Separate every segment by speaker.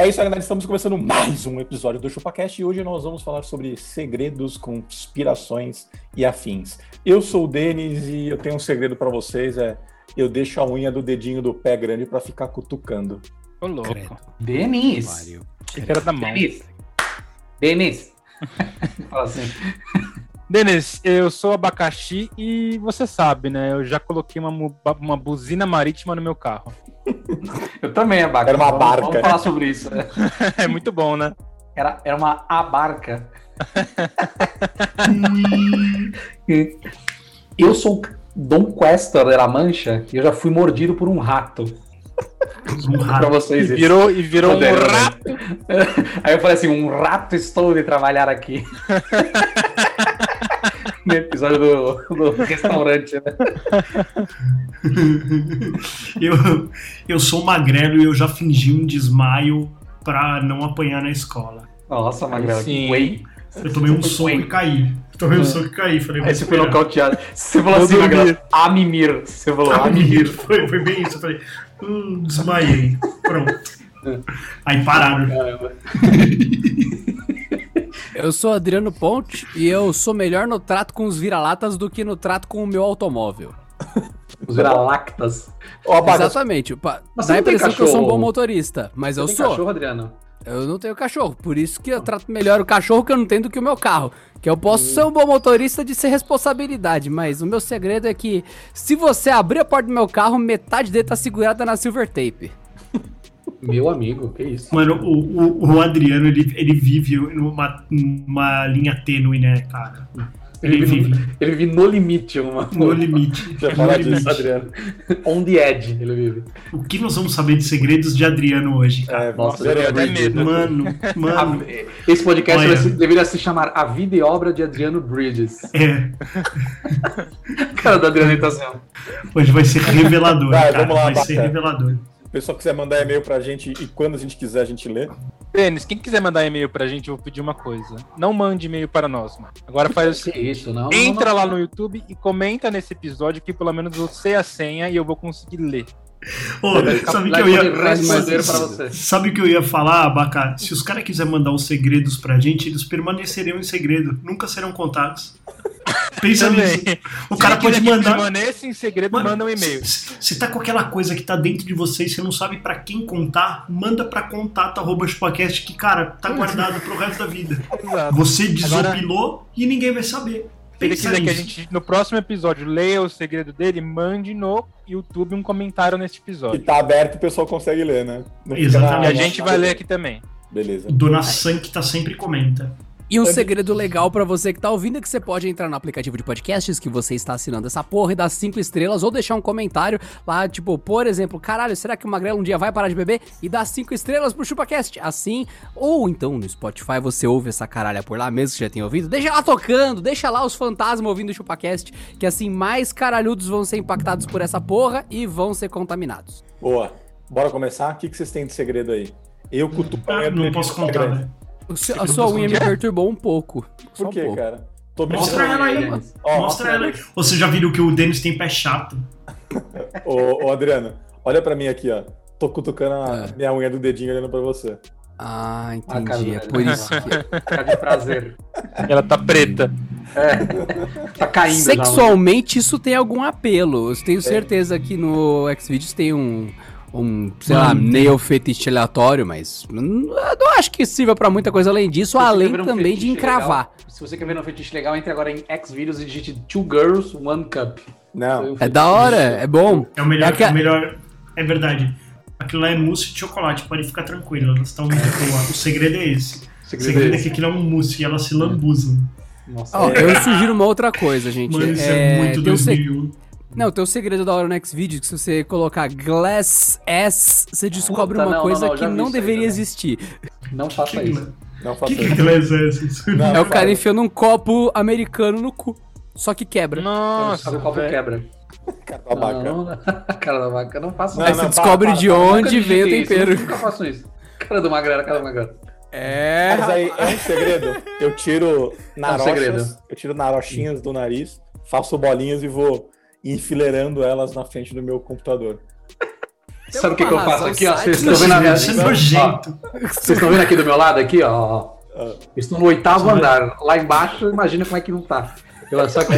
Speaker 1: É isso aí, galera. Estamos começando mais um episódio do ChupaCast e hoje nós vamos falar sobre segredos, conspirações e afins. Eu sou o Denis e eu tenho um segredo para vocês, é eu deixo a unha do dedinho do pé grande para ficar cutucando.
Speaker 2: Ô, louco.
Speaker 3: Credo.
Speaker 4: Denis!
Speaker 3: Pariu.
Speaker 2: Achei que era da mão.
Speaker 4: Denis! Denis! Fala assim.
Speaker 2: Denis, eu sou abacaxi e você sabe, né? Eu já coloquei uma, mu- ba- uma buzina marítima no meu carro.
Speaker 4: Eu também, abarca.
Speaker 1: Era uma
Speaker 4: Vamos-
Speaker 1: barca.
Speaker 4: Vamos falar sobre isso.
Speaker 2: É muito bom, né?
Speaker 4: Era, era uma abarca. Eu sou o Dom Questor da La Mancha e eu já fui mordido por um rato. Um rato. Pra
Speaker 2: E
Speaker 4: vocês. isso.
Speaker 2: virou, e virou um
Speaker 4: Poderoso.
Speaker 2: rato.
Speaker 4: Aí eu falei assim, um rato estou de trabalhar aqui. no episódio do, do restaurante, né?
Speaker 5: Eu, eu sou magrelo e eu já fingi um desmaio pra não apanhar na escola.
Speaker 4: Nossa, Magrela, que
Speaker 2: Sim.
Speaker 4: whey.
Speaker 5: Eu tomei um
Speaker 4: Foi
Speaker 5: soco
Speaker 4: bem.
Speaker 5: e caí. Eu tomei um soco e caí. Falei,
Speaker 4: Aí
Speaker 5: vou
Speaker 4: você foi
Speaker 5: esperar.
Speaker 4: nocauteado. Você falou
Speaker 2: Vou
Speaker 4: assim, Magrela,
Speaker 2: dormir.
Speaker 4: a mimir. Você falou, a
Speaker 5: Ah,
Speaker 4: mimir.
Speaker 5: menino, foi, foi bem isso. Eu falei, hum, desmaiei. Pronto. Aí pararam.
Speaker 3: Eu sou Adriano Ponte e eu sou melhor no trato com os vira-latas do que no trato com o meu automóvel.
Speaker 4: Os vira-lactas.
Speaker 1: Ó, Abaca,
Speaker 3: Exatamente. Pa-
Speaker 4: Mas você
Speaker 3: Dá a
Speaker 4: não tem
Speaker 3: impressão que eu sou um
Speaker 4: cachorro?
Speaker 3: bom motorista, mas eu
Speaker 4: Tem
Speaker 3: sou.
Speaker 4: cachorro, Adriano?
Speaker 3: Eu não tenho cachorro, por isso que eu trato melhor o cachorro que eu não tenho do que o meu carro. Que eu posso
Speaker 4: Hum.
Speaker 3: ser um bom motorista de ser responsabilidade, mas o meu segredo é que se você abrir a porta do meu carro, metade dele tá segurada na silver tape.
Speaker 4: Meu amigo, que isso?
Speaker 5: Mano, o, o, o Adriano, ele, ele vive numa, numa linha tênue, né, cara? Ele vive
Speaker 4: Ele vive no limite, uma.
Speaker 5: no limite.
Speaker 1: já
Speaker 5: No
Speaker 1: falar
Speaker 5: limite.
Speaker 1: disso.
Speaker 4: Adriano. On the edge, ele vive.
Speaker 5: O que nós vamos saber de segredos de Adriano hoje, cara?
Speaker 1: É,
Speaker 4: Nossa,
Speaker 1: zero
Speaker 4: eu tenho
Speaker 1: é
Speaker 2: até medo.
Speaker 5: Mano, mano.
Speaker 4: A- Esse podcast
Speaker 5: Olha.
Speaker 4: vai se- deveria se chamar A Vida e Obra de Adriano Bridges.
Speaker 5: É,
Speaker 4: A cara do Adriano ele tá assim, ó.
Speaker 5: hoje vai ser revelador,
Speaker 1: Vai,
Speaker 5: cara.
Speaker 1: vamos lá,
Speaker 5: vai ser
Speaker 1: Baca.
Speaker 5: revelador.
Speaker 1: O pessoal quiser mandar e-mail pra gente e quando a gente quiser a gente lê.
Speaker 2: Denis, quem quiser mandar e-mail pra gente, eu vou pedir uma coisa. Não mande e-mail para nós, mano. Agora faz o
Speaker 4: Que
Speaker 2: seguinte.
Speaker 4: isso, não. não,
Speaker 2: Entra
Speaker 4: não.
Speaker 2: lá no YouTube e comenta nesse episódio que pelo menos eu sei a senha e eu vou conseguir ler.
Speaker 5: Ô, sabe que
Speaker 4: Lá
Speaker 5: eu
Speaker 4: pode
Speaker 5: ia.
Speaker 4: resto mais dinheiro pra
Speaker 5: sa-
Speaker 4: você.
Speaker 5: Sabe o que eu ia falar, Abaca? Se os caras quiserem mandar os segredos pra gente, eles permanecerão em segredo, nunca serão contados. Pensa
Speaker 2: Também.
Speaker 5: nisso. é O cara
Speaker 2: Se
Speaker 5: pode
Speaker 2: quiser que
Speaker 5: mandar.
Speaker 2: Permaneça em segredo,
Speaker 5: Mano,
Speaker 2: manda um e-mail.
Speaker 5: se- Se tá com aquela coisa que tá dentro de você e você não sabe pra quem contar, manda pra contato arroba chupacast que, cara, tá guardado pro resto da vida.
Speaker 2: Exato.
Speaker 5: Você
Speaker 2: é. Agora-
Speaker 5: desopilou e ninguém vai saber.
Speaker 2: Se ele
Speaker 5: Pensa
Speaker 2: quiser que a
Speaker 5: nisso.
Speaker 2: gente, no próximo episódio, leia o segredo dele, mande no YouTube um comentário nesse
Speaker 1: Que
Speaker 2: episódio.
Speaker 1: tá aberto, o pessoal consegue ler, né? Não fica
Speaker 2: E
Speaker 5: Exatamente.
Speaker 1: na-
Speaker 2: a gente vai ler aqui também.
Speaker 1: Beleza.
Speaker 5: Dona San que tá sempre comenta.
Speaker 3: E um segredo legal pra você que tá ouvindo é que você pode entrar no aplicativo de podcasts que você está assinando essa porra e dar cinco estrelas ou deixar um comentário lá, tipo, por exemplo, caralho, será que o Magrelo um dia vai parar de beber e dar cinco estrelas pro ChupaCast? Assim, ou então no Spotify você ouve essa caralha por lá mesmo que já tem ouvido, deixa lá tocando, deixa lá os fantasmas ouvindo o ChupaCast, que assim mais caralhudos vão ser impactados por essa porra e vão ser contaminados.
Speaker 1: Boa. Bora começar? O que, que vocês têm de segredo aí? Eu cutuco a
Speaker 5: Ah,
Speaker 1: unha do
Speaker 5: não
Speaker 1: dedinho
Speaker 5: posso
Speaker 1: do pé
Speaker 5: contar,
Speaker 1: grande.
Speaker 5: né?
Speaker 3: O seu- a sua unha me perturbou um pouco. Só
Speaker 1: Por
Speaker 3: um
Speaker 1: quê,
Speaker 3: pouco.
Speaker 1: cara? Tô me
Speaker 5: Mostra
Speaker 1: sentindo-
Speaker 5: ela aí,
Speaker 4: Denis.
Speaker 5: mano.
Speaker 1: Ó,
Speaker 5: Mostra ela. aí. Você já viram que o Denis tem pé chato?
Speaker 1: Ô, ô, Adriano, olha pra mim aqui, ó. Tô cutucando a
Speaker 3: É.
Speaker 1: minha unha do dedinho olhando pra você.
Speaker 3: Ah,
Speaker 4: Ah, cara,
Speaker 3: entendi. É
Speaker 4: velho.
Speaker 3: por isso que.
Speaker 4: Tá de prazer.
Speaker 2: Ela tá preta.
Speaker 4: Tá caindo já, mano.
Speaker 3: Sexualmente, isso tem algum apelo. Eu
Speaker 4: É.
Speaker 3: tenho certeza que no Xvideos tem um, um sei lá, nail fetiche aleatório, mas n- eu não acho que sirva pra muita coisa além disso,
Speaker 4: Se você
Speaker 3: além
Speaker 4: quer ver um
Speaker 3: também de
Speaker 4: fetiche
Speaker 3: encravar.
Speaker 4: legal, se você quer ver um fetiche legal, entre agora em Xvideos e digite Two Girls, One Cup. Foi
Speaker 1: Não,
Speaker 4: um
Speaker 3: É
Speaker 4: fetiche.
Speaker 3: da hora, é bom.
Speaker 5: É o melhor.
Speaker 3: É
Speaker 5: É,
Speaker 3: que a-
Speaker 5: o melhor, é verdade. Aquilo lá é mousse de chocolate, pode ficar tranquilo. Elas estão muito boas. O segredo é esse.
Speaker 4: O
Speaker 5: O
Speaker 4: segredo
Speaker 5: segredo
Speaker 4: é
Speaker 5: é que aquilo é um mousse e elas se lambuzam.
Speaker 4: esse. Nossa,
Speaker 3: Ó, eu sugiro uma outra coisa, gente.
Speaker 5: É. Mano, isso é, muito
Speaker 3: tem um seg-
Speaker 5: 2001.
Speaker 3: Não, tem um segredo da hora no Xvideos que se você colocar Glass S, você descobre
Speaker 4: Puta,
Speaker 3: uma
Speaker 4: não,
Speaker 3: coisa
Speaker 4: não, não,
Speaker 3: que
Speaker 4: já vi
Speaker 3: não
Speaker 4: isso aí
Speaker 3: deveria
Speaker 4: também.
Speaker 3: existir.
Speaker 4: não faça
Speaker 5: Que-
Speaker 4: isso.
Speaker 1: Não
Speaker 5: O
Speaker 1: faça
Speaker 5: que, que
Speaker 1: isso.
Speaker 5: aquilo é exército?
Speaker 4: Ah,
Speaker 1: Não,
Speaker 3: É o cara
Speaker 1: fala.
Speaker 3: enfiando um copo americano no cu. Só que quebra.
Speaker 2: Nossa,
Speaker 4: o copo
Speaker 2: velho.
Speaker 4: quebra.
Speaker 1: Cara da vaca.
Speaker 4: Não, não, cara da vaca, não faça
Speaker 1: Não,
Speaker 3: Aí
Speaker 4: isso.
Speaker 3: você
Speaker 1: não,
Speaker 3: descobre
Speaker 1: para, para,
Speaker 3: de
Speaker 1: para,
Speaker 4: Nunca
Speaker 3: onde
Speaker 4: digitei
Speaker 3: veio o
Speaker 4: isso,
Speaker 3: tempero.
Speaker 4: Nunca faço isso. Cara do magrela, cara do magrela.
Speaker 3: É.
Speaker 1: Mas aí é um segredo. Eu tiro narochas,
Speaker 4: É um segredo.
Speaker 1: eu tiro narochinhas do nariz, faço bolinhas e vou enfileirando elas na frente do meu computador.
Speaker 3: Tem
Speaker 4: Sabe o que,
Speaker 3: uma
Speaker 4: que eu faço
Speaker 3: razão
Speaker 4: aqui? ó? Vocês
Speaker 3: sádica.
Speaker 4: estão vendo a minha
Speaker 5: Isso é
Speaker 4: ó,
Speaker 5: nojento.
Speaker 4: Vocês estão vendo aqui do meu lado aqui, ó, ó.
Speaker 1: Ah.
Speaker 4: Eles estão no oitavo andar. Lá embaixo, imagina como é que não tá. Eu só que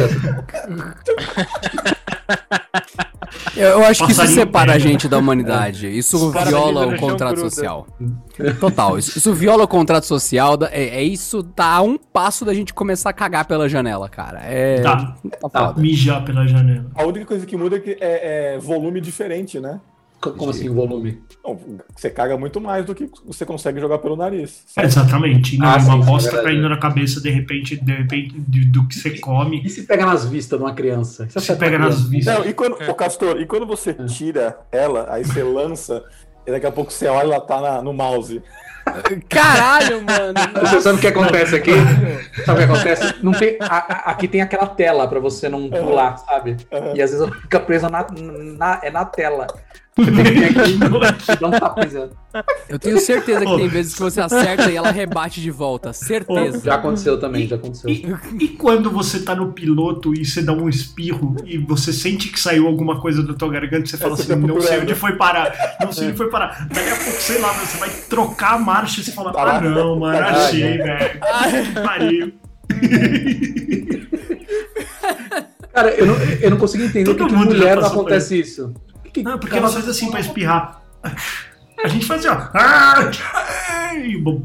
Speaker 3: Eu, eu acho que isso
Speaker 5: Passarinho
Speaker 3: separa a
Speaker 5: pega.
Speaker 3: gente da humanidade. Isso
Speaker 2: Os caras
Speaker 3: viola
Speaker 2: ali
Speaker 3: o
Speaker 2: no chão
Speaker 3: contrato
Speaker 2: gruda.
Speaker 3: social. Total. Isso, isso viola o contrato social. da- É, é isso, tá a um passo da gente começar a cagar pela janela, cara. É.
Speaker 5: Tá.
Speaker 3: tá foda.
Speaker 5: Mijar pela janela.
Speaker 1: A única coisa que muda é que é, é volume diferente, né?
Speaker 4: como assim o volume?
Speaker 1: Não, você caga muito mais do que você consegue jogar pelo nariz.
Speaker 5: É, Exatamente. Não,
Speaker 4: Ah, sim,
Speaker 5: uma
Speaker 4: sim, é
Speaker 5: bosta
Speaker 4: verdade.
Speaker 5: caindo na cabeça de repente, de repente de- do que você come.
Speaker 4: E se pega nas vistas de uma criança? é E
Speaker 5: Você
Speaker 4: acerta
Speaker 5: pega
Speaker 4: a criança?
Speaker 5: nas vistas.
Speaker 1: Não, e quando, ô Castor, e quando você
Speaker 4: É.
Speaker 1: tira ela, aí você lança, e daqui a pouco você olha ela tá na- no mouse.
Speaker 3: Caralho, mano.
Speaker 4: Você sabe o que acontece aqui? Sabe o que acontece? Não tem, a- a- aqui tem aquela tela pra você não pular, sabe? E às vezes ela fica presa na, na- é na tela. Você tem que vir aqui e dar um tapinha.
Speaker 3: Eu tenho certeza que tem vezes que você acerta e ela rebate de volta. Certeza.
Speaker 4: Já aconteceu também, já aconteceu.
Speaker 5: E, e quando você tá no piloto e você dá um espirro e você sente que saiu alguma coisa da tua garganta, você fala
Speaker 1: você
Speaker 5: assim,
Speaker 1: tá
Speaker 5: não sei
Speaker 1: procurando."
Speaker 5: onde foi parar, não sei onde foi parar. Daqui a pouco, sei lá, você vai trocar a marcha e você fala,
Speaker 1: Tá lá.
Speaker 5: ah não, mano,
Speaker 4: Tá lá,
Speaker 5: achei, velho. Que
Speaker 3: Ah.
Speaker 5: Pariu.
Speaker 4: Cara, eu não, eu não consigo entender
Speaker 5: Todo
Speaker 4: que de
Speaker 5: mundo já
Speaker 4: mulher não
Speaker 5: passou por
Speaker 4: acontece isso. Que-
Speaker 5: Não, porque ela faz assim pra espirrar. A gente faz assim, ó. E bom.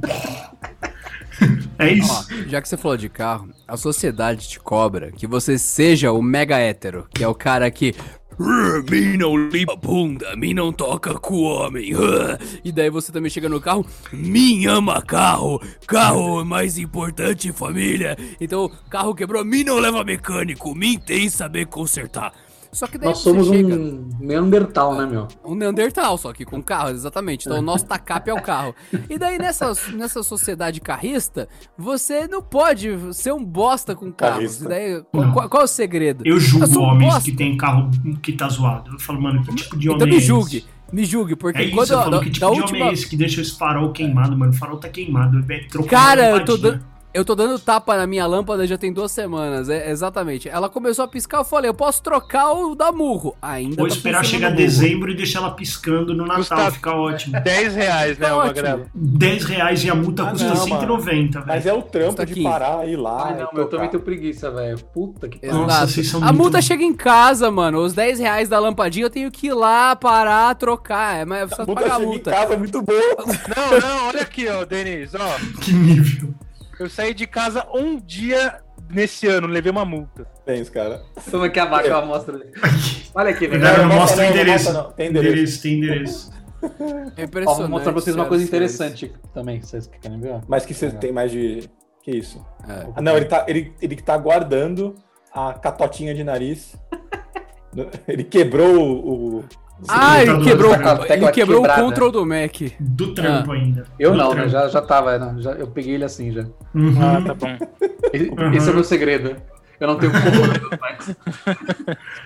Speaker 5: É
Speaker 3: Ó,
Speaker 5: isso.
Speaker 3: já que você falou de carro, a sociedade te cobra que você seja o mega hétero, que é o cara que. "Ah, Me não limpa bunda, me não toca com homem. ah." E daí você também chega no carro, me ama carro, carro é mais importante família. Então, carro quebrou, me não leva mecânico, me tem saber consertar. Só que daí
Speaker 4: Nós
Speaker 3: você
Speaker 4: somos
Speaker 3: chega...
Speaker 4: um Neandertal, né, meu?
Speaker 3: Um Neandertal, só que com carro, exatamente. Então o nosso tacape é o carro. E daí nessa, nessa sociedade carrista, você não pode ser um bosta com carros.
Speaker 1: Carrista.
Speaker 3: E daí, qual, qual- qual é o segredo?
Speaker 5: Eu
Speaker 3: Eu
Speaker 5: julgo
Speaker 3: sou um
Speaker 5: homens
Speaker 3: bosta.
Speaker 5: que tem carro que tá zoado. Eu falo, mano, que tipo de homem
Speaker 3: Então
Speaker 5: é
Speaker 3: me
Speaker 5: esse?
Speaker 3: julgue, me julgue, porque
Speaker 5: É isso,
Speaker 3: quando
Speaker 5: eu
Speaker 3: da,
Speaker 5: falo, que tipo
Speaker 3: da
Speaker 5: de
Speaker 3: última.
Speaker 5: homem é esse que deixa esse farol queimado, mano? O farol tá queimado, é trocando
Speaker 3: Cara,
Speaker 5: a
Speaker 3: eu tô,
Speaker 5: lampadinha.
Speaker 3: dan- eu tô dando tapa na minha lâmpada já tem duas semanas, é, exatamente. Ela começou a piscar, eu falei, eu posso trocar ou dar murro. Ainda
Speaker 5: Vou
Speaker 3: tá
Speaker 5: esperar
Speaker 3: funcionando
Speaker 5: chegar
Speaker 3: o murro.
Speaker 5: dezembro e deixar ela piscando no Natal,
Speaker 2: Gustavo.
Speaker 5: fica ótimo.
Speaker 2: 10 reais, né,
Speaker 3: Tá
Speaker 2: o
Speaker 3: ótimo.
Speaker 2: Magrela?
Speaker 5: 10 reais e a multa
Speaker 1: É. Ah,
Speaker 5: custa
Speaker 1: não,
Speaker 5: 190,
Speaker 1: Mas
Speaker 5: velho.
Speaker 1: é o trampo
Speaker 3: Custa
Speaker 1: de
Speaker 3: 15.
Speaker 1: parar, ir lá.
Speaker 4: Ai,
Speaker 1: e
Speaker 4: não, meu, eu
Speaker 1: tocar.
Speaker 4: também tenho preguiça, velho. Puta que pariu.
Speaker 5: Nossa,
Speaker 3: Exato.
Speaker 5: vocês são
Speaker 3: a
Speaker 5: muito-
Speaker 3: multa chega em casa, mano. Os 10 reais da lampadinha eu tenho que ir lá, parar, trocar. É, mas precisa
Speaker 1: Puta,
Speaker 3: pagar a
Speaker 1: chega em
Speaker 3: multa.
Speaker 1: casa, é muito bom.
Speaker 2: Não, não, olha aqui, ó, Denis, ó.
Speaker 5: Que nível.
Speaker 2: Eu saí de casa um dia nesse ano, levei uma multa.
Speaker 1: Tem isso, cara.
Speaker 4: Como é que a vaca ela mostra? Olha aqui, né?
Speaker 5: Agora
Speaker 1: não, não,
Speaker 5: mostra o
Speaker 1: não,
Speaker 5: endereço.
Speaker 1: não, não,
Speaker 5: Tem
Speaker 1: tem
Speaker 5: endereço, tem endereço.
Speaker 3: É
Speaker 4: Ó,
Speaker 3: impressionante.
Speaker 4: vou mostrar pra vocês uma
Speaker 3: senhoras
Speaker 4: coisa
Speaker 3: e senhores.
Speaker 4: interessante também, que vocês querem ver? ó.
Speaker 1: Mas que você
Speaker 4: Legal.
Speaker 1: tem mais de. Que isso?
Speaker 3: É.
Speaker 1: Ah, não, ele tá, ele, ele tá guardando a catotinha de nariz. ele quebrou o. o-
Speaker 3: Ah, ele quebrou,
Speaker 5: Tá
Speaker 4: com a tecla
Speaker 3: ele quebrou o
Speaker 4: quebrada.
Speaker 3: control do Mac.
Speaker 5: Do trampo
Speaker 3: Ah.
Speaker 5: ainda.
Speaker 4: Eu
Speaker 5: Do
Speaker 4: não, né?
Speaker 5: trampo.
Speaker 4: Já, já tava, né? já, eu peguei ele assim já.
Speaker 5: Uhum.
Speaker 2: Ah, tá bom.
Speaker 4: Esse,
Speaker 5: Uhum.
Speaker 4: esse é o meu segredo. Eu não tenho controle do Max.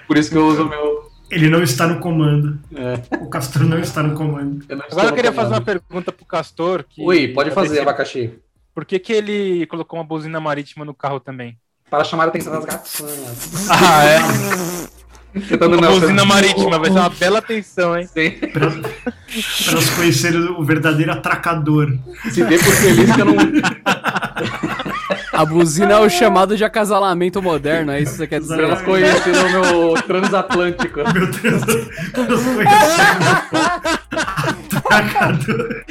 Speaker 4: Por isso que eu uso o meu.
Speaker 5: Ele não está no comando.
Speaker 4: É,
Speaker 5: O Castro não está no comando.
Speaker 4: eu não estou
Speaker 2: Agora eu queria
Speaker 4: no
Speaker 2: fazer uma
Speaker 4: comando.
Speaker 2: pergunta pro Castor. Que
Speaker 4: Oi, pode fazer,
Speaker 2: Por que
Speaker 4: abacaxi.
Speaker 2: Por que, que ele colocou uma buzina marítima no carro também?
Speaker 4: Para chamar a atenção das gatinhas.
Speaker 2: Ah, é?
Speaker 4: Tentando
Speaker 2: Uma
Speaker 4: não.
Speaker 2: buzina marítima, vai ser uma bela atenção, hein?
Speaker 4: Sim.
Speaker 5: Para elas conhecerem o verdadeiro atracador.
Speaker 4: Se dê por feliz que eu não.
Speaker 3: A buzina é o chamado de acasalamento moderno, é isso que você quer
Speaker 4: Pra
Speaker 3: dizer?
Speaker 4: elas conhecerem o meu transatlântico.
Speaker 5: Meu Deus. Elas conhecerem o atracador.